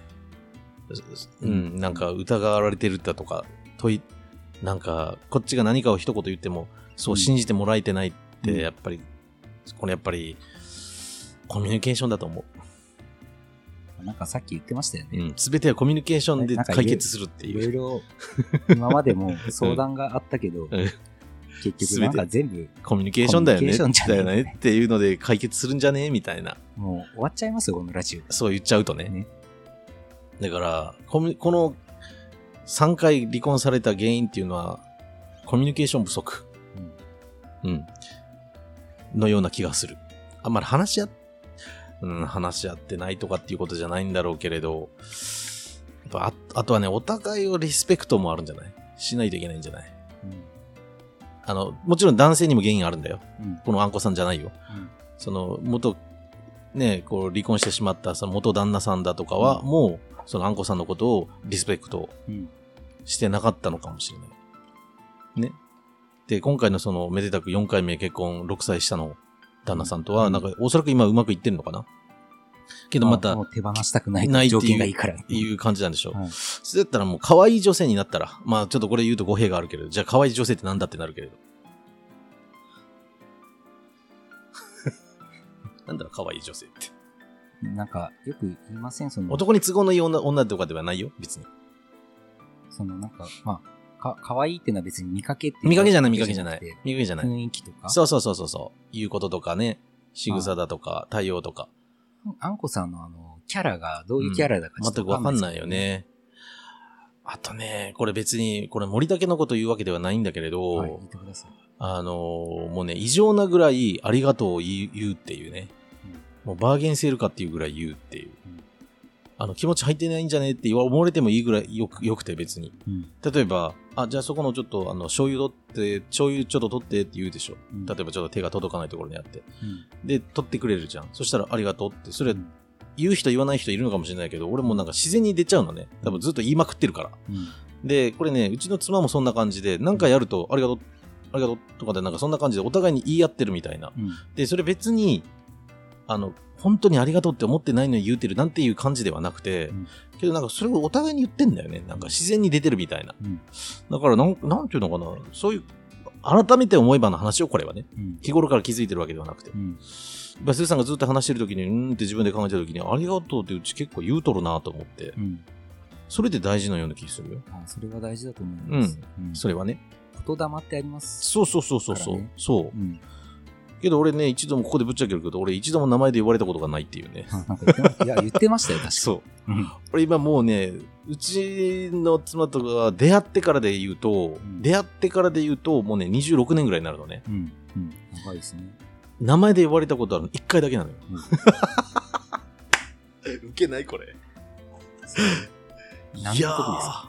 [SPEAKER 1] う、
[SPEAKER 2] うん
[SPEAKER 1] なんか疑われてるだとか、問い、なんかこっちが何かを一言言っても、そううん信じてもらえてないって、
[SPEAKER 2] うん
[SPEAKER 1] やっぱり、これやっぱり、コミュニケーションだと思
[SPEAKER 2] なんかさっき言ってましたよ
[SPEAKER 1] う。
[SPEAKER 2] ね。
[SPEAKER 1] うん、すべてはコミュニケーションで
[SPEAKER 2] なんか言う
[SPEAKER 1] 解決するって
[SPEAKER 2] い
[SPEAKER 1] い
[SPEAKER 2] ろ
[SPEAKER 1] う。
[SPEAKER 2] いろ今までも相談があったけど、
[SPEAKER 1] うん
[SPEAKER 2] 結局なんか全部
[SPEAKER 1] コミュニケーションだよ
[SPEAKER 2] コミュ
[SPEAKER 1] ね。
[SPEAKER 2] ニケーション
[SPEAKER 1] だ
[SPEAKER 2] じゃ
[SPEAKER 1] よ
[SPEAKER 2] ね
[SPEAKER 1] ねっていうので解決するんじゃねみたいな。
[SPEAKER 2] もう終わっちゃいますよ、このラジ
[SPEAKER 1] そう言っちゃうとね。
[SPEAKER 2] ね
[SPEAKER 1] だから、コミュこの3回離婚された原因っていうのは、コミュニケーション不足。
[SPEAKER 2] オ。う
[SPEAKER 1] う
[SPEAKER 2] ん
[SPEAKER 1] ん。のような気がする。あんまり話し合っ、うん、話し合ってないとかっていうことじゃないんだろうけれど、やっぱああとはね、お互いをリスペクトもあるんじゃないしないといけないんじゃないあの、もちろん男性にも原因あるんだよ。
[SPEAKER 2] うんうん
[SPEAKER 1] このあんこさんじゃないよ。
[SPEAKER 2] うん
[SPEAKER 1] その元、ね、こう離婚してしまったその元旦那さんだとかは、
[SPEAKER 2] うん
[SPEAKER 1] もうそのあんこさんのことをリスペクト
[SPEAKER 2] うん
[SPEAKER 1] してなかったのかもしれない。ね。で、今回のそのめでたく4回目結婚6歳下の旦那さんとは、
[SPEAKER 2] うん
[SPEAKER 1] なんかおそらく今うまくいってるのかなけどまた
[SPEAKER 2] も、う手放したくない
[SPEAKER 1] ないっていう
[SPEAKER 2] 条件がいいから。
[SPEAKER 1] いう感じなんでしょう。
[SPEAKER 2] はい
[SPEAKER 1] そうだったらもう可愛い女性になったら、まあちょっとこれ言うと語弊があるけれど、じゃあ可愛い女性ってなんだってなるけれど。 なんだろう、可愛い女性って。
[SPEAKER 2] なんかよく言いません、その、
[SPEAKER 1] 男に都合のいい女女とかではないよ、別に。
[SPEAKER 2] そのなんか、まあ、か、可愛いっていうのは別に見かけっていう
[SPEAKER 1] 見かけじゃない、見かけじゃない
[SPEAKER 2] わけじ。
[SPEAKER 1] 見かけじゃ
[SPEAKER 2] ゃな
[SPEAKER 1] な
[SPEAKER 2] く
[SPEAKER 1] い。
[SPEAKER 2] て雰囲気とか。
[SPEAKER 1] そうそうそうそうそう。言うこととかね、仕草だとか、対応とか。
[SPEAKER 2] あんこさんのあの、キャラがどういうキャラだかち
[SPEAKER 1] 全
[SPEAKER 2] ょっと
[SPEAKER 1] くわかんない
[SPEAKER 2] です
[SPEAKER 1] よ。ね。あとね、これ別に、これ森竹のこと言うわけではないんだけれど、
[SPEAKER 2] はい、言ってください。
[SPEAKER 1] あのーもうね、異常なぐらいありがとうを言う言うっていうね。もうバーゲンセールかっていうぐらい言うっていう。
[SPEAKER 2] うん
[SPEAKER 1] あの、気持ち入ってないんじゃねって言わ思われてもいいぐらいよく、よくて別に。
[SPEAKER 2] うん。
[SPEAKER 1] 例えば、あ、じゃあそこのちょっと、あの、醤油取って、醤油ちょっと取ってって言うでしょ。
[SPEAKER 2] うん
[SPEAKER 1] 例えばちょっと手が届かないところにあって。
[SPEAKER 2] うん
[SPEAKER 1] で、取ってくれるじゃん。そしたらありがとうって。それ
[SPEAKER 2] うん、
[SPEAKER 1] 言う人言わない人いるのかもしれないけど、俺もなんか自然に出ちゃうのね。多分ずっと言いまくってるから。
[SPEAKER 2] うん
[SPEAKER 1] で、これね、うちの妻もそんな感じで、なんかやると、ありがとう、ありがとうとかで、なんかそんな感じでお互いに言い合ってるみたいな。
[SPEAKER 2] うん。
[SPEAKER 1] で、それ別に、あの、本当にありがとうって思ってないのに言うてるなんていう感じではなくて、
[SPEAKER 2] うん
[SPEAKER 1] けどなんかそれをお互いに言ってんだよね。なんか自然に出てるみたいな。
[SPEAKER 2] うん
[SPEAKER 1] だからなん、なんていうのかな、そういう、改めて思えばの話をこれはね、
[SPEAKER 2] うん。
[SPEAKER 1] 日頃から気づいてるわけではなくて
[SPEAKER 2] う。ん。
[SPEAKER 1] バスーさんがずっと話してるときに、うーんって自分で考えたときに、ありがとうってうち結構言うとるなと思って、
[SPEAKER 2] うん。
[SPEAKER 1] それで大事なような気するよ。
[SPEAKER 2] あそれは大事だと思います。うん
[SPEAKER 1] それはね。
[SPEAKER 2] 言霊ってあります。
[SPEAKER 1] そうそうそうそうそう。
[SPEAKER 2] だからね
[SPEAKER 1] そう
[SPEAKER 2] う。ん。
[SPEAKER 1] けど俺ね、一度もここでぶっちゃけるけど、俺一度も名前で言われたことがないっていうね。
[SPEAKER 2] あなんか言ってまいや、言ってましたよ、確か
[SPEAKER 1] そう。
[SPEAKER 2] に。
[SPEAKER 1] 俺今もうね、うちの妻とか出会ってからで言うと、
[SPEAKER 2] ん
[SPEAKER 1] 出会ってからで言うと、もうね、26年ぐらいになるのね。
[SPEAKER 2] うん。うん。うん。長いですね。
[SPEAKER 1] 名前で言われたことあるの1回だけなのよ。
[SPEAKER 2] うん
[SPEAKER 1] ウケないこれ。いや
[SPEAKER 2] 何のことです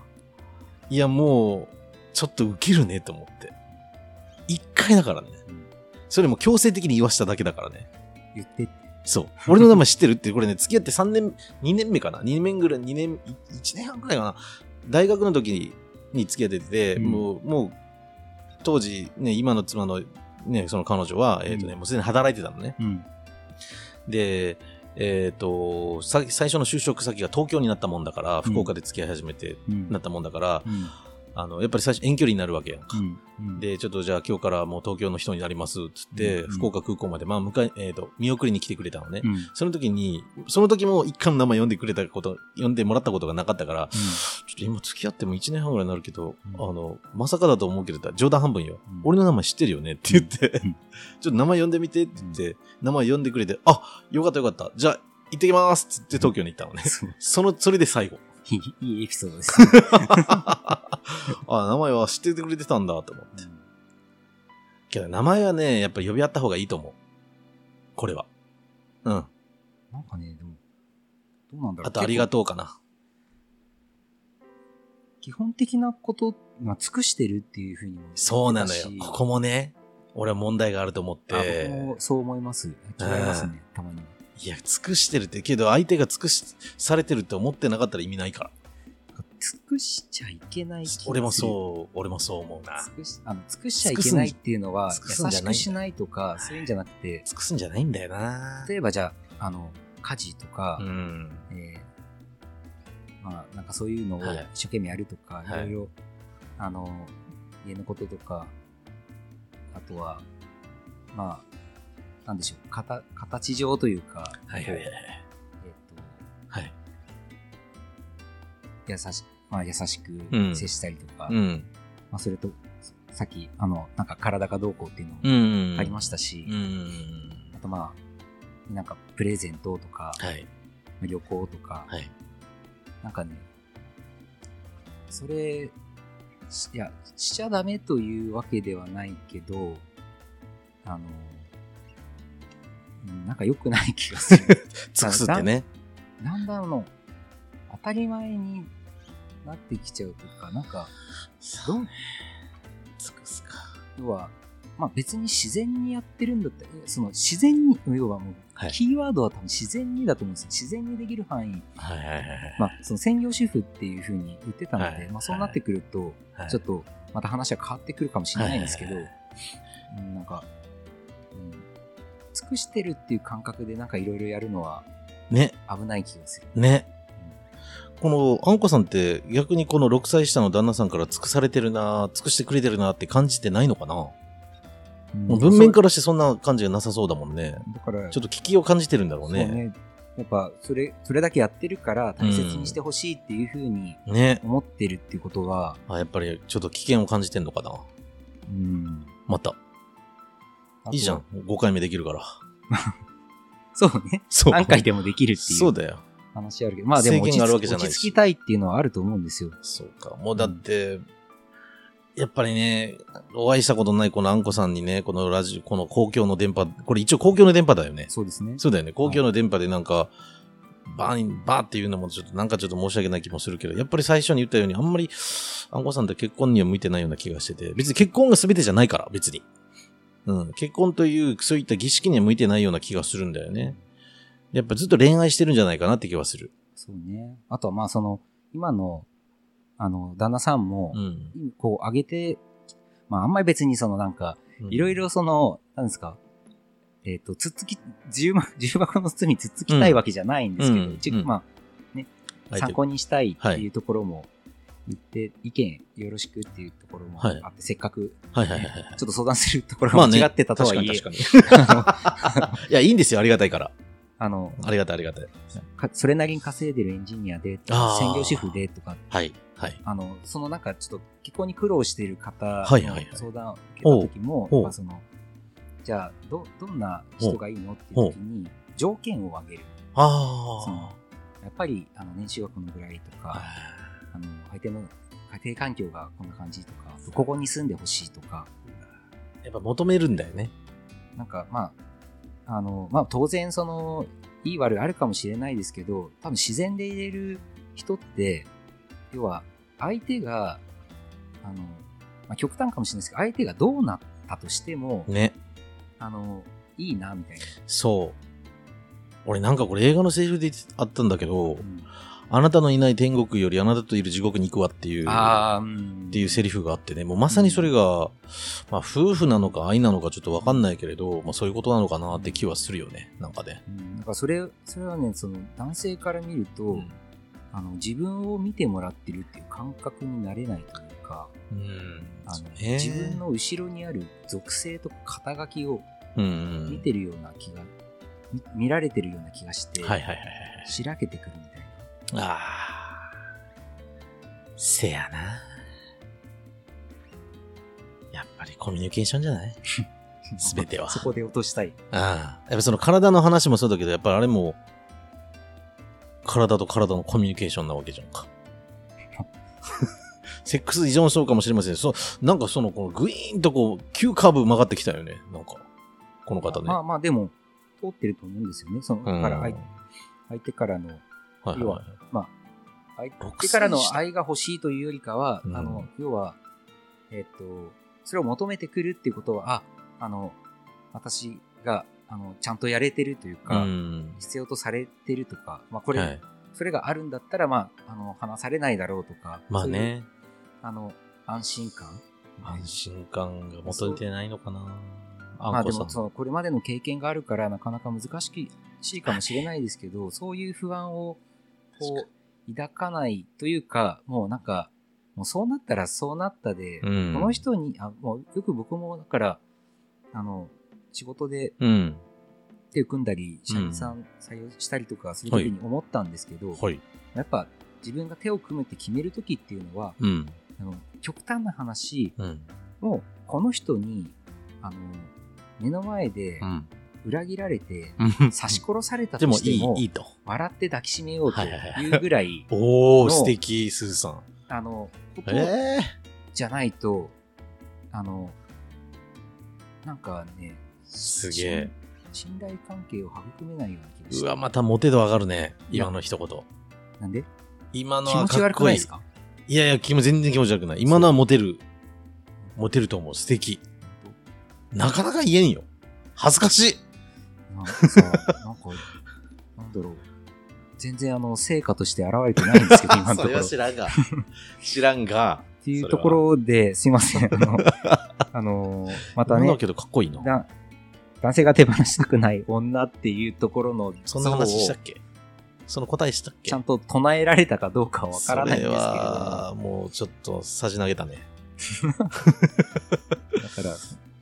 [SPEAKER 1] ーいやもう、ちょっとウケるねと思って。1回だからね。
[SPEAKER 2] うん
[SPEAKER 1] それも強制的に言わしただけだからね。
[SPEAKER 2] 言ってって。
[SPEAKER 1] そう。俺の名前知ってるって、これね、付き合って3年、2年目かな ?2 年ぐらい、2年、1年半ぐらいかな大学の時にに付き合ってて、
[SPEAKER 2] うん
[SPEAKER 1] もう、もう、当時、ね、今の妻の、ね、その彼女は、えっ、とね、
[SPEAKER 2] うん
[SPEAKER 1] もうすでに働いてたのね。
[SPEAKER 2] うん。
[SPEAKER 1] で、えっ、と、さ最初の就職先が東京になったもんだから、福岡で付き合い始めて、
[SPEAKER 2] うん
[SPEAKER 1] なったもんだから、
[SPEAKER 2] うん
[SPEAKER 1] あの、やっぱり最初遠距離になるわけやんか。
[SPEAKER 2] うん
[SPEAKER 1] で、ちょっとじゃあ今日からもう東京の人になります、つって、
[SPEAKER 2] うん
[SPEAKER 1] 福岡空港まで、まあ、迎え、えっ、と、見送りに来てくれたのね。
[SPEAKER 2] うんうん
[SPEAKER 1] その時に、その時も一回の名前呼んでくれたこと、呼んでもらったことがなかったから、ちょっと今付き合っても1年半ぐらいになるけど、
[SPEAKER 2] うん
[SPEAKER 1] あの、まさかだと思うけど、冗談半分よ、
[SPEAKER 2] うん
[SPEAKER 1] 俺の名前知ってるよねって言って、
[SPEAKER 2] うん
[SPEAKER 1] ちょっと名前呼んでみてって言って、名前呼んでくれて、あ、よかったよかった。じゃあ、行ってきますっつって東京に行ったのね。
[SPEAKER 2] そう
[SPEAKER 1] その、それで最後。
[SPEAKER 2] いいいいエピソードですね。
[SPEAKER 1] あ、名前は知っててくれてたんだと思う。けど名前はね、やっぱ呼び合った方がいいと思う。これは。うん。
[SPEAKER 2] なんかね、でも、どうなんだろう。
[SPEAKER 1] あと、ありが
[SPEAKER 2] と
[SPEAKER 1] とうかな。
[SPEAKER 2] う。基本的なこと、まあ、尽くしてるっていうふうにも。
[SPEAKER 1] そうなのよ
[SPEAKER 2] だし。
[SPEAKER 1] ここもね、俺は問題があると思っ
[SPEAKER 2] あ僕
[SPEAKER 1] て。
[SPEAKER 2] もそう思います。違いますね、たまに。
[SPEAKER 1] いや、尽くしてるって、けど相手が尽くし、されてるって思ってなかったら意味ないから。
[SPEAKER 2] 尽くしちゃいけない気がする
[SPEAKER 1] 俺もそう、俺もそう思うな。
[SPEAKER 2] 尽くしあの尽くしちゃいけないっていうのは
[SPEAKER 1] 尽くすん
[SPEAKER 2] 優
[SPEAKER 1] じゃ
[SPEAKER 2] し
[SPEAKER 1] ない
[SPEAKER 2] くしないとかそういうんじゃなくて
[SPEAKER 1] 尽くすんじゃないんだよな。
[SPEAKER 2] 例えばじゃああの家事とか
[SPEAKER 1] う、ん。
[SPEAKER 2] えーまあ、なんかそういうのを
[SPEAKER 1] はい
[SPEAKER 2] 一生懸命やると
[SPEAKER 1] は
[SPEAKER 2] か、
[SPEAKER 1] い
[SPEAKER 2] い、ろいろあの家のこととかあとはまあなんでしょうかた形上というか、
[SPEAKER 1] はいはいはい
[SPEAKER 2] こ
[SPEAKER 1] はい。は
[SPEAKER 2] う
[SPEAKER 1] い。
[SPEAKER 2] えっと優し,、まあ、優しく
[SPEAKER 1] うん
[SPEAKER 2] 接したりとか、
[SPEAKER 1] うん。
[SPEAKER 2] まあ、それとさっきあのなんか体がどうこうっていうのも
[SPEAKER 1] うん。
[SPEAKER 2] ありましたし、
[SPEAKER 1] うん。
[SPEAKER 2] あとまあ、なんかプレゼントとか、
[SPEAKER 1] はい。
[SPEAKER 2] 旅行とか、
[SPEAKER 1] はい。
[SPEAKER 2] なんかね、それ、しいや、しちゃダメというわけではないけど、あの、うんなんか良くない気がする。
[SPEAKER 1] 尽くすってね。
[SPEAKER 2] なんだろう、当たり前になってきちゃうというか、なんか、どう
[SPEAKER 1] 尽くすか。
[SPEAKER 2] 要は、まあ別に自然にやってるんだったら、その自然に、要はもう、
[SPEAKER 1] はい
[SPEAKER 2] キーワードは多分自然にだと思うんですよ。自然にできる範囲
[SPEAKER 1] はいはいはい
[SPEAKER 2] まあ、その専業主婦っていうふうに言ってたので、
[SPEAKER 1] はい
[SPEAKER 2] まあ、そうなってくると、
[SPEAKER 1] はい。
[SPEAKER 2] ちょっとまた話は変わってくるかもしれないんですけど、
[SPEAKER 1] はいはい
[SPEAKER 2] うんなんか、うん、尽くしてるっていう感覚でなんかいろいろやるのは
[SPEAKER 1] ね、
[SPEAKER 2] 危ない気がする。
[SPEAKER 1] ね。この、あんこさんって逆にこの6歳下の旦那さんから尽くされてるな、尽くしてくれてるなって感じてないのかな
[SPEAKER 2] うん
[SPEAKER 1] もう文面からしてそんな感じがなさそうだもんね。
[SPEAKER 2] だから、
[SPEAKER 1] ちょっと危機を感じてるんだろう
[SPEAKER 2] そう
[SPEAKER 1] ね。
[SPEAKER 2] やっぱそれ、それだけやってるから大切にしてほしいっていうふうに
[SPEAKER 1] ね。
[SPEAKER 2] 思ってるっていうことは、
[SPEAKER 1] あ、やっぱりちょっと危険を感じてんのかな。
[SPEAKER 2] うん
[SPEAKER 1] また。いいじゃ。
[SPEAKER 2] あ
[SPEAKER 1] ん
[SPEAKER 2] と。
[SPEAKER 1] 5回目できるから。
[SPEAKER 2] そうね。
[SPEAKER 1] そう。
[SPEAKER 2] 何回でもできるってい
[SPEAKER 1] そう
[SPEAKER 2] う
[SPEAKER 1] だよ。
[SPEAKER 2] 話あるけど、まあでも
[SPEAKER 1] 制
[SPEAKER 2] 落
[SPEAKER 1] 限
[SPEAKER 2] ち
[SPEAKER 1] があるわ
[SPEAKER 2] 着
[SPEAKER 1] けじゃないし
[SPEAKER 2] 落ち着きたいっていうのはあると思うんですよ。
[SPEAKER 1] そうか。もうだって、やっぱりね、お会いしたことないこのあんこさんにね、このラジオ、この公共の電波、これ一応公共の電波だよね。
[SPEAKER 2] そうですね。
[SPEAKER 1] そうだよね。公共の電波でなんか、バーン、バーっていうのもちょっと、なんかちょっと申し訳ない気もするけど、やっぱり最初に言ったように、あんまり、あんこさんって結婚には向いてないような気がしてて、別に結婚が全てじゃないから、別に。うん。結婚という、そういった儀式には向いてないような気がするんだよね。やっぱずっと恋愛してるんじゃないかなって気はする。
[SPEAKER 2] そうね。あとはまあその、今の、あの、旦那さんも
[SPEAKER 1] う、ん。
[SPEAKER 2] こう上げて、まああんまり別にそのなんか、いろい
[SPEAKER 1] ろ。
[SPEAKER 2] ろその、なんですか、えっ、と、つっつき、重 箱重箱の包みつっつきたいわけじゃないんですけど、
[SPEAKER 1] うん
[SPEAKER 2] ち
[SPEAKER 1] うん
[SPEAKER 2] まあ、
[SPEAKER 1] 相手
[SPEAKER 2] 参
[SPEAKER 1] は
[SPEAKER 2] 考にしたいっていうところも言って、意見よろしくっていうところもあって、
[SPEAKER 1] は
[SPEAKER 2] せっかく、
[SPEAKER 1] いはいはいはい。
[SPEAKER 2] ちょっと相談するところ
[SPEAKER 1] ま
[SPEAKER 2] が
[SPEAKER 1] あね
[SPEAKER 2] 間違ってたとは
[SPEAKER 1] 確か
[SPEAKER 2] い
[SPEAKER 1] に
[SPEAKER 2] え、
[SPEAKER 1] 確かに。いや、いいんですよ。ありがたいから。
[SPEAKER 2] あの、
[SPEAKER 1] ありがたいありがたい。
[SPEAKER 2] かそれなりに稼いでるエンジニアで、
[SPEAKER 1] あー
[SPEAKER 2] 専業主婦でとか
[SPEAKER 1] はい。はい。
[SPEAKER 2] あの、その中、ちょっと結婚に苦労している方
[SPEAKER 1] はいはいは
[SPEAKER 2] の
[SPEAKER 1] い
[SPEAKER 2] 相談を受けた時も、
[SPEAKER 1] おう
[SPEAKER 2] やっぱその、じゃあ、ど、どんな人がいいのっていう時に、条件を上げる。そ
[SPEAKER 1] あ
[SPEAKER 2] のやっぱり、あの、年収がこのぐらいと
[SPEAKER 1] あ。
[SPEAKER 2] か、あの、相手の家庭環境がこんな感じとか、ここに住んでほしいとか、
[SPEAKER 1] やっぱ求めるんだよね。
[SPEAKER 2] なんか、まあ、あの、まあ、当然、その、いい悪いあるかもしれないですけど、多分自然で入れる人って、要は、相手が、あの、まあ、極端かもしれないですけど、相手がどうなったとしても、
[SPEAKER 1] ね。
[SPEAKER 2] あの、いいな、みたいな。
[SPEAKER 1] そう。俺なんかこれ映画のセリフであったんだけど
[SPEAKER 2] う、ん
[SPEAKER 1] あなたのいない天国よりあなたといる地獄に行くわっていう、っ
[SPEAKER 2] ああ、うん。
[SPEAKER 1] ていうセリフがあってね、もうまさにそれが、まあ夫婦なのか愛なのかちょっとわかんないけれど、まあそういうことなのかなって気はするよね、なんかね。
[SPEAKER 2] うんなんかそれ、それはね、その男性から見ると、あの自分を見てもらってるっていう感覚になれないというか、
[SPEAKER 1] うん。
[SPEAKER 2] あの
[SPEAKER 1] ね
[SPEAKER 2] 自分の後ろにある属性とか肩書きを
[SPEAKER 1] うんうん。
[SPEAKER 2] 見てるような気が、み見られてるような気がして、
[SPEAKER 1] はいはいはいはい。
[SPEAKER 2] しらけてくるみたいな。
[SPEAKER 1] ああ。せやな。やっぱりコミュニケーションじゃ ない全ては
[SPEAKER 2] そこで落としたい。
[SPEAKER 1] ああ。やっぱその体の話もそうだけど、やっぱりあれも、体と体のコミュニケーションなわけじゃん か。セックス依存症かもしれません。そう、なんかその、このグイーンとこう、急カーブ曲がってきたよね。なんか、この方ね。
[SPEAKER 2] まあまあ、でも、通ってると思うんですよね。その、
[SPEAKER 1] うん
[SPEAKER 2] だから相相手からの、
[SPEAKER 1] はい
[SPEAKER 2] 要
[SPEAKER 1] は。
[SPEAKER 2] はい相
[SPEAKER 1] 独
[SPEAKER 2] 手
[SPEAKER 1] 占
[SPEAKER 2] からの
[SPEAKER 1] した
[SPEAKER 2] 愛が欲しいというよりかは、
[SPEAKER 1] うん
[SPEAKER 2] あの、要は、えっと、それを求めてくるっていうことは、あ、あの、私が、あの、ちゃんとやれてるという
[SPEAKER 1] う
[SPEAKER 2] か、
[SPEAKER 1] ん。
[SPEAKER 2] 必要とされてるとか、まあ、これ、
[SPEAKER 1] はい。
[SPEAKER 2] それがあるんだったら、まあ、あの、話されないだろうとか、
[SPEAKER 1] まあ
[SPEAKER 2] そういう
[SPEAKER 1] ね、
[SPEAKER 2] あの、安心感。
[SPEAKER 1] 安心感が求めてないのかな。
[SPEAKER 2] ま
[SPEAKER 1] あ
[SPEAKER 2] あ
[SPEAKER 1] んこ
[SPEAKER 2] で
[SPEAKER 1] さ
[SPEAKER 2] も
[SPEAKER 1] ん。
[SPEAKER 2] そのこれまでの経験があるからなかなか難しいしいかもしれないですけど、そういう不安をこう抱かないというか、もうなんか、もうそうなったらそうなったで、
[SPEAKER 1] う
[SPEAKER 2] こ
[SPEAKER 1] ん
[SPEAKER 2] の人に、あもうよく僕もだから、あの、仕事で
[SPEAKER 1] うん。
[SPEAKER 2] 手を組んだり、社員さん採用したりとかするときに思ったんですけど、
[SPEAKER 1] はい。
[SPEAKER 2] やっぱ自分が手を組むって決めるときっていうのは、
[SPEAKER 1] うん。
[SPEAKER 2] あの極端な話、
[SPEAKER 1] うん。
[SPEAKER 2] もうこの人に、あの、目の前で
[SPEAKER 1] うん。
[SPEAKER 2] 裏切られて、
[SPEAKER 1] 刺
[SPEAKER 2] 刺し殺された
[SPEAKER 1] で
[SPEAKER 2] と
[SPEAKER 1] も
[SPEAKER 2] し
[SPEAKER 1] い
[SPEAKER 2] ても、
[SPEAKER 1] い、いいと。
[SPEAKER 2] 笑って抱きしめようと
[SPEAKER 1] はいはいはい
[SPEAKER 2] いうぐらい、
[SPEAKER 1] おー、
[SPEAKER 2] の
[SPEAKER 1] 素敵、すずさん。
[SPEAKER 2] あの、こと
[SPEAKER 1] え
[SPEAKER 2] じゃないと、あの、なんかね、
[SPEAKER 1] すげえ
[SPEAKER 2] 信信頼関係を育めないような気がし
[SPEAKER 1] ー、
[SPEAKER 2] て。
[SPEAKER 1] うわ、またモテ度上がるね。今の一言。
[SPEAKER 2] なんで
[SPEAKER 1] 今の
[SPEAKER 2] 気
[SPEAKER 1] は
[SPEAKER 2] 持ち
[SPEAKER 1] かっ
[SPEAKER 2] 悪くな
[SPEAKER 1] こ
[SPEAKER 2] い
[SPEAKER 1] いい。
[SPEAKER 2] ですか
[SPEAKER 1] いやいや、気も全然気持ち悪くない。今のはモテる。モテると思う。素敵。なかなか言えんよ。恥ずかしい。
[SPEAKER 2] なんかさ、なんか、なんだろう。全然あの、成果として現れてないんです けど、今のところ。っ
[SPEAKER 1] らん が。知らんが。
[SPEAKER 2] ていうところで、すいません。あの、あのまた
[SPEAKER 1] 今の
[SPEAKER 2] ね
[SPEAKER 1] だ、けどかっこいいな。
[SPEAKER 2] だ男性が手放したくない女っていうところの
[SPEAKER 1] そんな話したっ
[SPEAKER 2] 像を
[SPEAKER 1] けその答えしたっけ
[SPEAKER 2] ちゃんと唱えられたかどうかはわからないんですけれども
[SPEAKER 1] それはもうちょっと差し投げたね。
[SPEAKER 2] だから、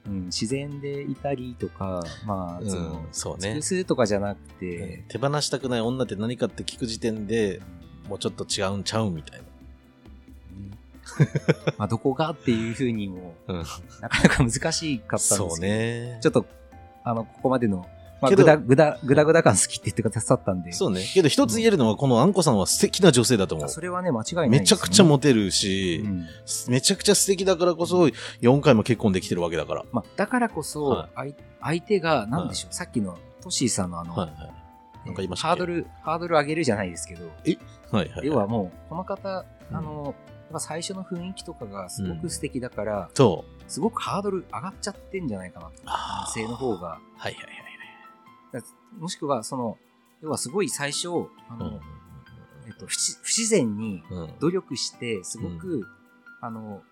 [SPEAKER 2] うん、自然でいたりとかま
[SPEAKER 1] う
[SPEAKER 2] あその、
[SPEAKER 1] ん、そう
[SPEAKER 2] 複
[SPEAKER 1] ね。
[SPEAKER 2] 数とかじゃなくて、
[SPEAKER 1] 手放したくない女って何かって聞く時点でもうちょっと違うんちゃうみたいな。
[SPEAKER 2] うん まあどこがっていうふうにも、
[SPEAKER 1] うん
[SPEAKER 2] なかなか難しかったんですけど
[SPEAKER 1] そうね。
[SPEAKER 2] ちょっとあのここまでの、まあ、
[SPEAKER 1] けど
[SPEAKER 2] ぐだぐだぐだぐだ感好きって言ってくださったんで
[SPEAKER 1] そうね。けど一つ言えるのは、このあんこさんは素敵な女性だと思
[SPEAKER 2] あ
[SPEAKER 1] う。
[SPEAKER 2] それはね間違いない
[SPEAKER 1] めちゃくちゃ
[SPEAKER 2] も
[SPEAKER 1] モテるし、めちゃくちゃ素敵だからこそ、4回も結婚できてるわけだから。
[SPEAKER 2] まあ、だからこそ、
[SPEAKER 1] は
[SPEAKER 2] あい相手が何でしょう、さっきのトシーさんのあの、
[SPEAKER 1] はいはい。なんか言いましたっけ
[SPEAKER 2] ハードル、ハードル上げるじゃないですけど、
[SPEAKER 1] はいはい、
[SPEAKER 2] 要はもう、この方、
[SPEAKER 1] うん
[SPEAKER 2] あの、やっぱ最初の雰囲気とかがすごく素敵だから、
[SPEAKER 1] そう。
[SPEAKER 2] すごくハードル上がっちゃってんじゃないかな、
[SPEAKER 1] あ
[SPEAKER 2] 男
[SPEAKER 1] ー
[SPEAKER 2] 性の方が。
[SPEAKER 1] はいはいはい。
[SPEAKER 2] だもしくは、その、要はすごい最初、あの、えっと、不自不自然に
[SPEAKER 1] うん。うん。
[SPEAKER 2] 努力して、すごく、あの、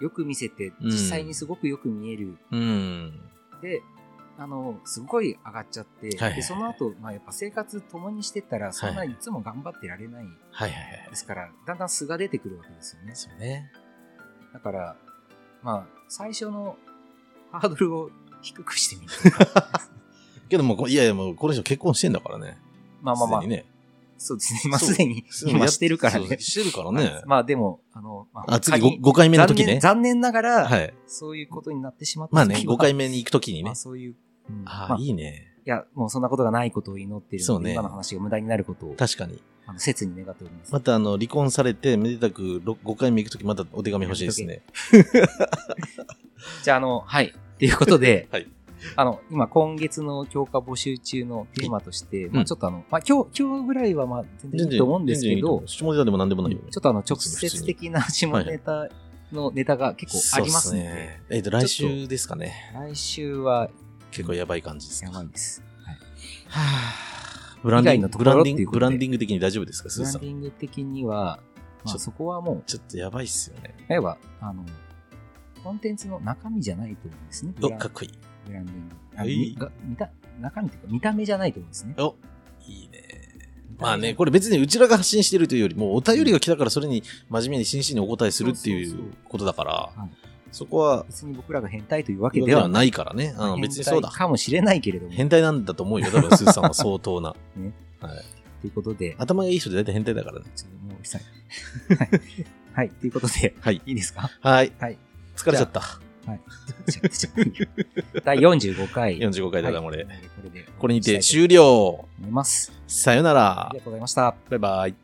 [SPEAKER 2] よく見せて、実際にすごくよく見える
[SPEAKER 1] うん。
[SPEAKER 2] で、あの、すごい上がっちゃって、
[SPEAKER 1] いはいはい
[SPEAKER 2] でその後、まあ、やっぱ生活共にしてたら、そんないつも頑張ってられない
[SPEAKER 1] はいはいはい。
[SPEAKER 2] ですから、だんだん素が出てくるわけですよね。
[SPEAKER 1] そうね。
[SPEAKER 2] だから、まあ、最初のハードルを低くして みるとか
[SPEAKER 1] けどもうこ、いやいや、もうこの人結婚してんだからね。
[SPEAKER 2] まあまあまあ
[SPEAKER 1] すで、にね。
[SPEAKER 2] そうですね。今
[SPEAKER 1] そう
[SPEAKER 2] すでに、今してるから
[SPEAKER 1] そう
[SPEAKER 2] ね。
[SPEAKER 1] してるからね。
[SPEAKER 2] まあでも、あの、ま
[SPEAKER 1] あ、次
[SPEAKER 2] 仮
[SPEAKER 1] 5,
[SPEAKER 2] に
[SPEAKER 1] 回目の時ね。
[SPEAKER 2] 残念残念ながら、
[SPEAKER 1] はい。
[SPEAKER 2] そういうことになってしまった
[SPEAKER 1] まあね、
[SPEAKER 2] 時は
[SPEAKER 1] 5回目に行く時に
[SPEAKER 2] ま
[SPEAKER 1] ね
[SPEAKER 2] あ。そういう、うん
[SPEAKER 1] あ
[SPEAKER 2] ま
[SPEAKER 1] あ
[SPEAKER 2] あ、
[SPEAKER 1] ー、
[SPEAKER 2] い
[SPEAKER 1] いいね。
[SPEAKER 2] や、もうそんなことがないことを祈っている
[SPEAKER 1] そ
[SPEAKER 2] の
[SPEAKER 1] う
[SPEAKER 2] で、
[SPEAKER 1] ね
[SPEAKER 2] 今の話が無駄になることを、
[SPEAKER 1] 確かに。
[SPEAKER 2] あの切に願っております。
[SPEAKER 1] また、あの、離婚されて、めでたく5回目行く時またお手紙欲しいですね。、
[SPEAKER 2] じゃあ、あの、はい。ということ で
[SPEAKER 1] はい
[SPEAKER 2] あの、今、今月の強化募集中のテーマとして、
[SPEAKER 1] うん
[SPEAKER 2] まあ、ちょっとあの、まあ、今日、今日ぐらいは、まあ、全然いいと思うんです
[SPEAKER 1] 全
[SPEAKER 2] け
[SPEAKER 1] 然いいと
[SPEAKER 2] ど
[SPEAKER 1] 思う、下ネタでも何でもないよね。
[SPEAKER 2] ちょっとあの、直接的な下ネタのネタが結構ありますので、
[SPEAKER 1] そうっね。えっと、来週ですかね。
[SPEAKER 2] 来週は
[SPEAKER 1] 結構やばい感じです
[SPEAKER 2] や
[SPEAKER 1] か。
[SPEAKER 2] ば
[SPEAKER 1] はい
[SPEAKER 2] です。
[SPEAKER 1] あ ブランディン
[SPEAKER 2] 以外の
[SPEAKER 1] グ、
[SPEAKER 2] と
[SPEAKER 1] ブ
[SPEAKER 2] こ
[SPEAKER 1] ラ
[SPEAKER 2] ろ
[SPEAKER 1] ン
[SPEAKER 2] って
[SPEAKER 1] デ
[SPEAKER 2] い
[SPEAKER 1] ィ
[SPEAKER 2] う
[SPEAKER 1] ング、
[SPEAKER 2] こ
[SPEAKER 1] ブ
[SPEAKER 2] とで
[SPEAKER 1] ランディング的に大丈夫ですか、ス
[SPEAKER 2] ブ
[SPEAKER 1] ー
[SPEAKER 2] ラン
[SPEAKER 1] さ
[SPEAKER 2] デ
[SPEAKER 1] ん。
[SPEAKER 2] ィング的には、ま
[SPEAKER 1] ちょ
[SPEAKER 2] あ、そこはもう、
[SPEAKER 1] ちょっとやばいっすよね。
[SPEAKER 2] 例えば、あの、コンテンツの中身じゃないと思うんですね。ブ
[SPEAKER 1] お、
[SPEAKER 2] ラン
[SPEAKER 1] かっこいい。
[SPEAKER 2] ブランディング。あ
[SPEAKER 1] えい
[SPEAKER 2] みが見た中身というか、見た目じゃないと思うんですね。
[SPEAKER 1] お、いいね。まあね、これ別にうちらが発信してるというよりも、お便りが来たからそれに真面目に真摯にお答えするってい
[SPEAKER 2] そうそう
[SPEAKER 1] う
[SPEAKER 2] そ
[SPEAKER 1] ことだから
[SPEAKER 2] はい、
[SPEAKER 1] そこは、
[SPEAKER 2] 別に僕らが変態というわけ
[SPEAKER 1] で
[SPEAKER 2] で
[SPEAKER 1] は
[SPEAKER 2] は。
[SPEAKER 1] ないいからね。あの別にそうだ
[SPEAKER 2] 変。態かもしれないけれども。
[SPEAKER 1] 変態なんだと思うよ。多分、スーさんは相当な。
[SPEAKER 2] ということで、
[SPEAKER 1] 頭がいい人で大体変態だからね。
[SPEAKER 2] ちょっともううるさい。 はい。はい。ということで、
[SPEAKER 1] はい。
[SPEAKER 2] いいですか
[SPEAKER 1] はい。
[SPEAKER 2] はい。
[SPEAKER 1] 疲れちゃった。
[SPEAKER 2] ちょちょ第45回。
[SPEAKER 1] 45回だな、
[SPEAKER 2] はい
[SPEAKER 1] これ。
[SPEAKER 2] これで。
[SPEAKER 1] これにて終
[SPEAKER 2] 終了。
[SPEAKER 1] 了。
[SPEAKER 2] 思います。
[SPEAKER 1] さよな
[SPEAKER 2] あ
[SPEAKER 1] ら
[SPEAKER 2] りが。とうございました。
[SPEAKER 1] バイバイ。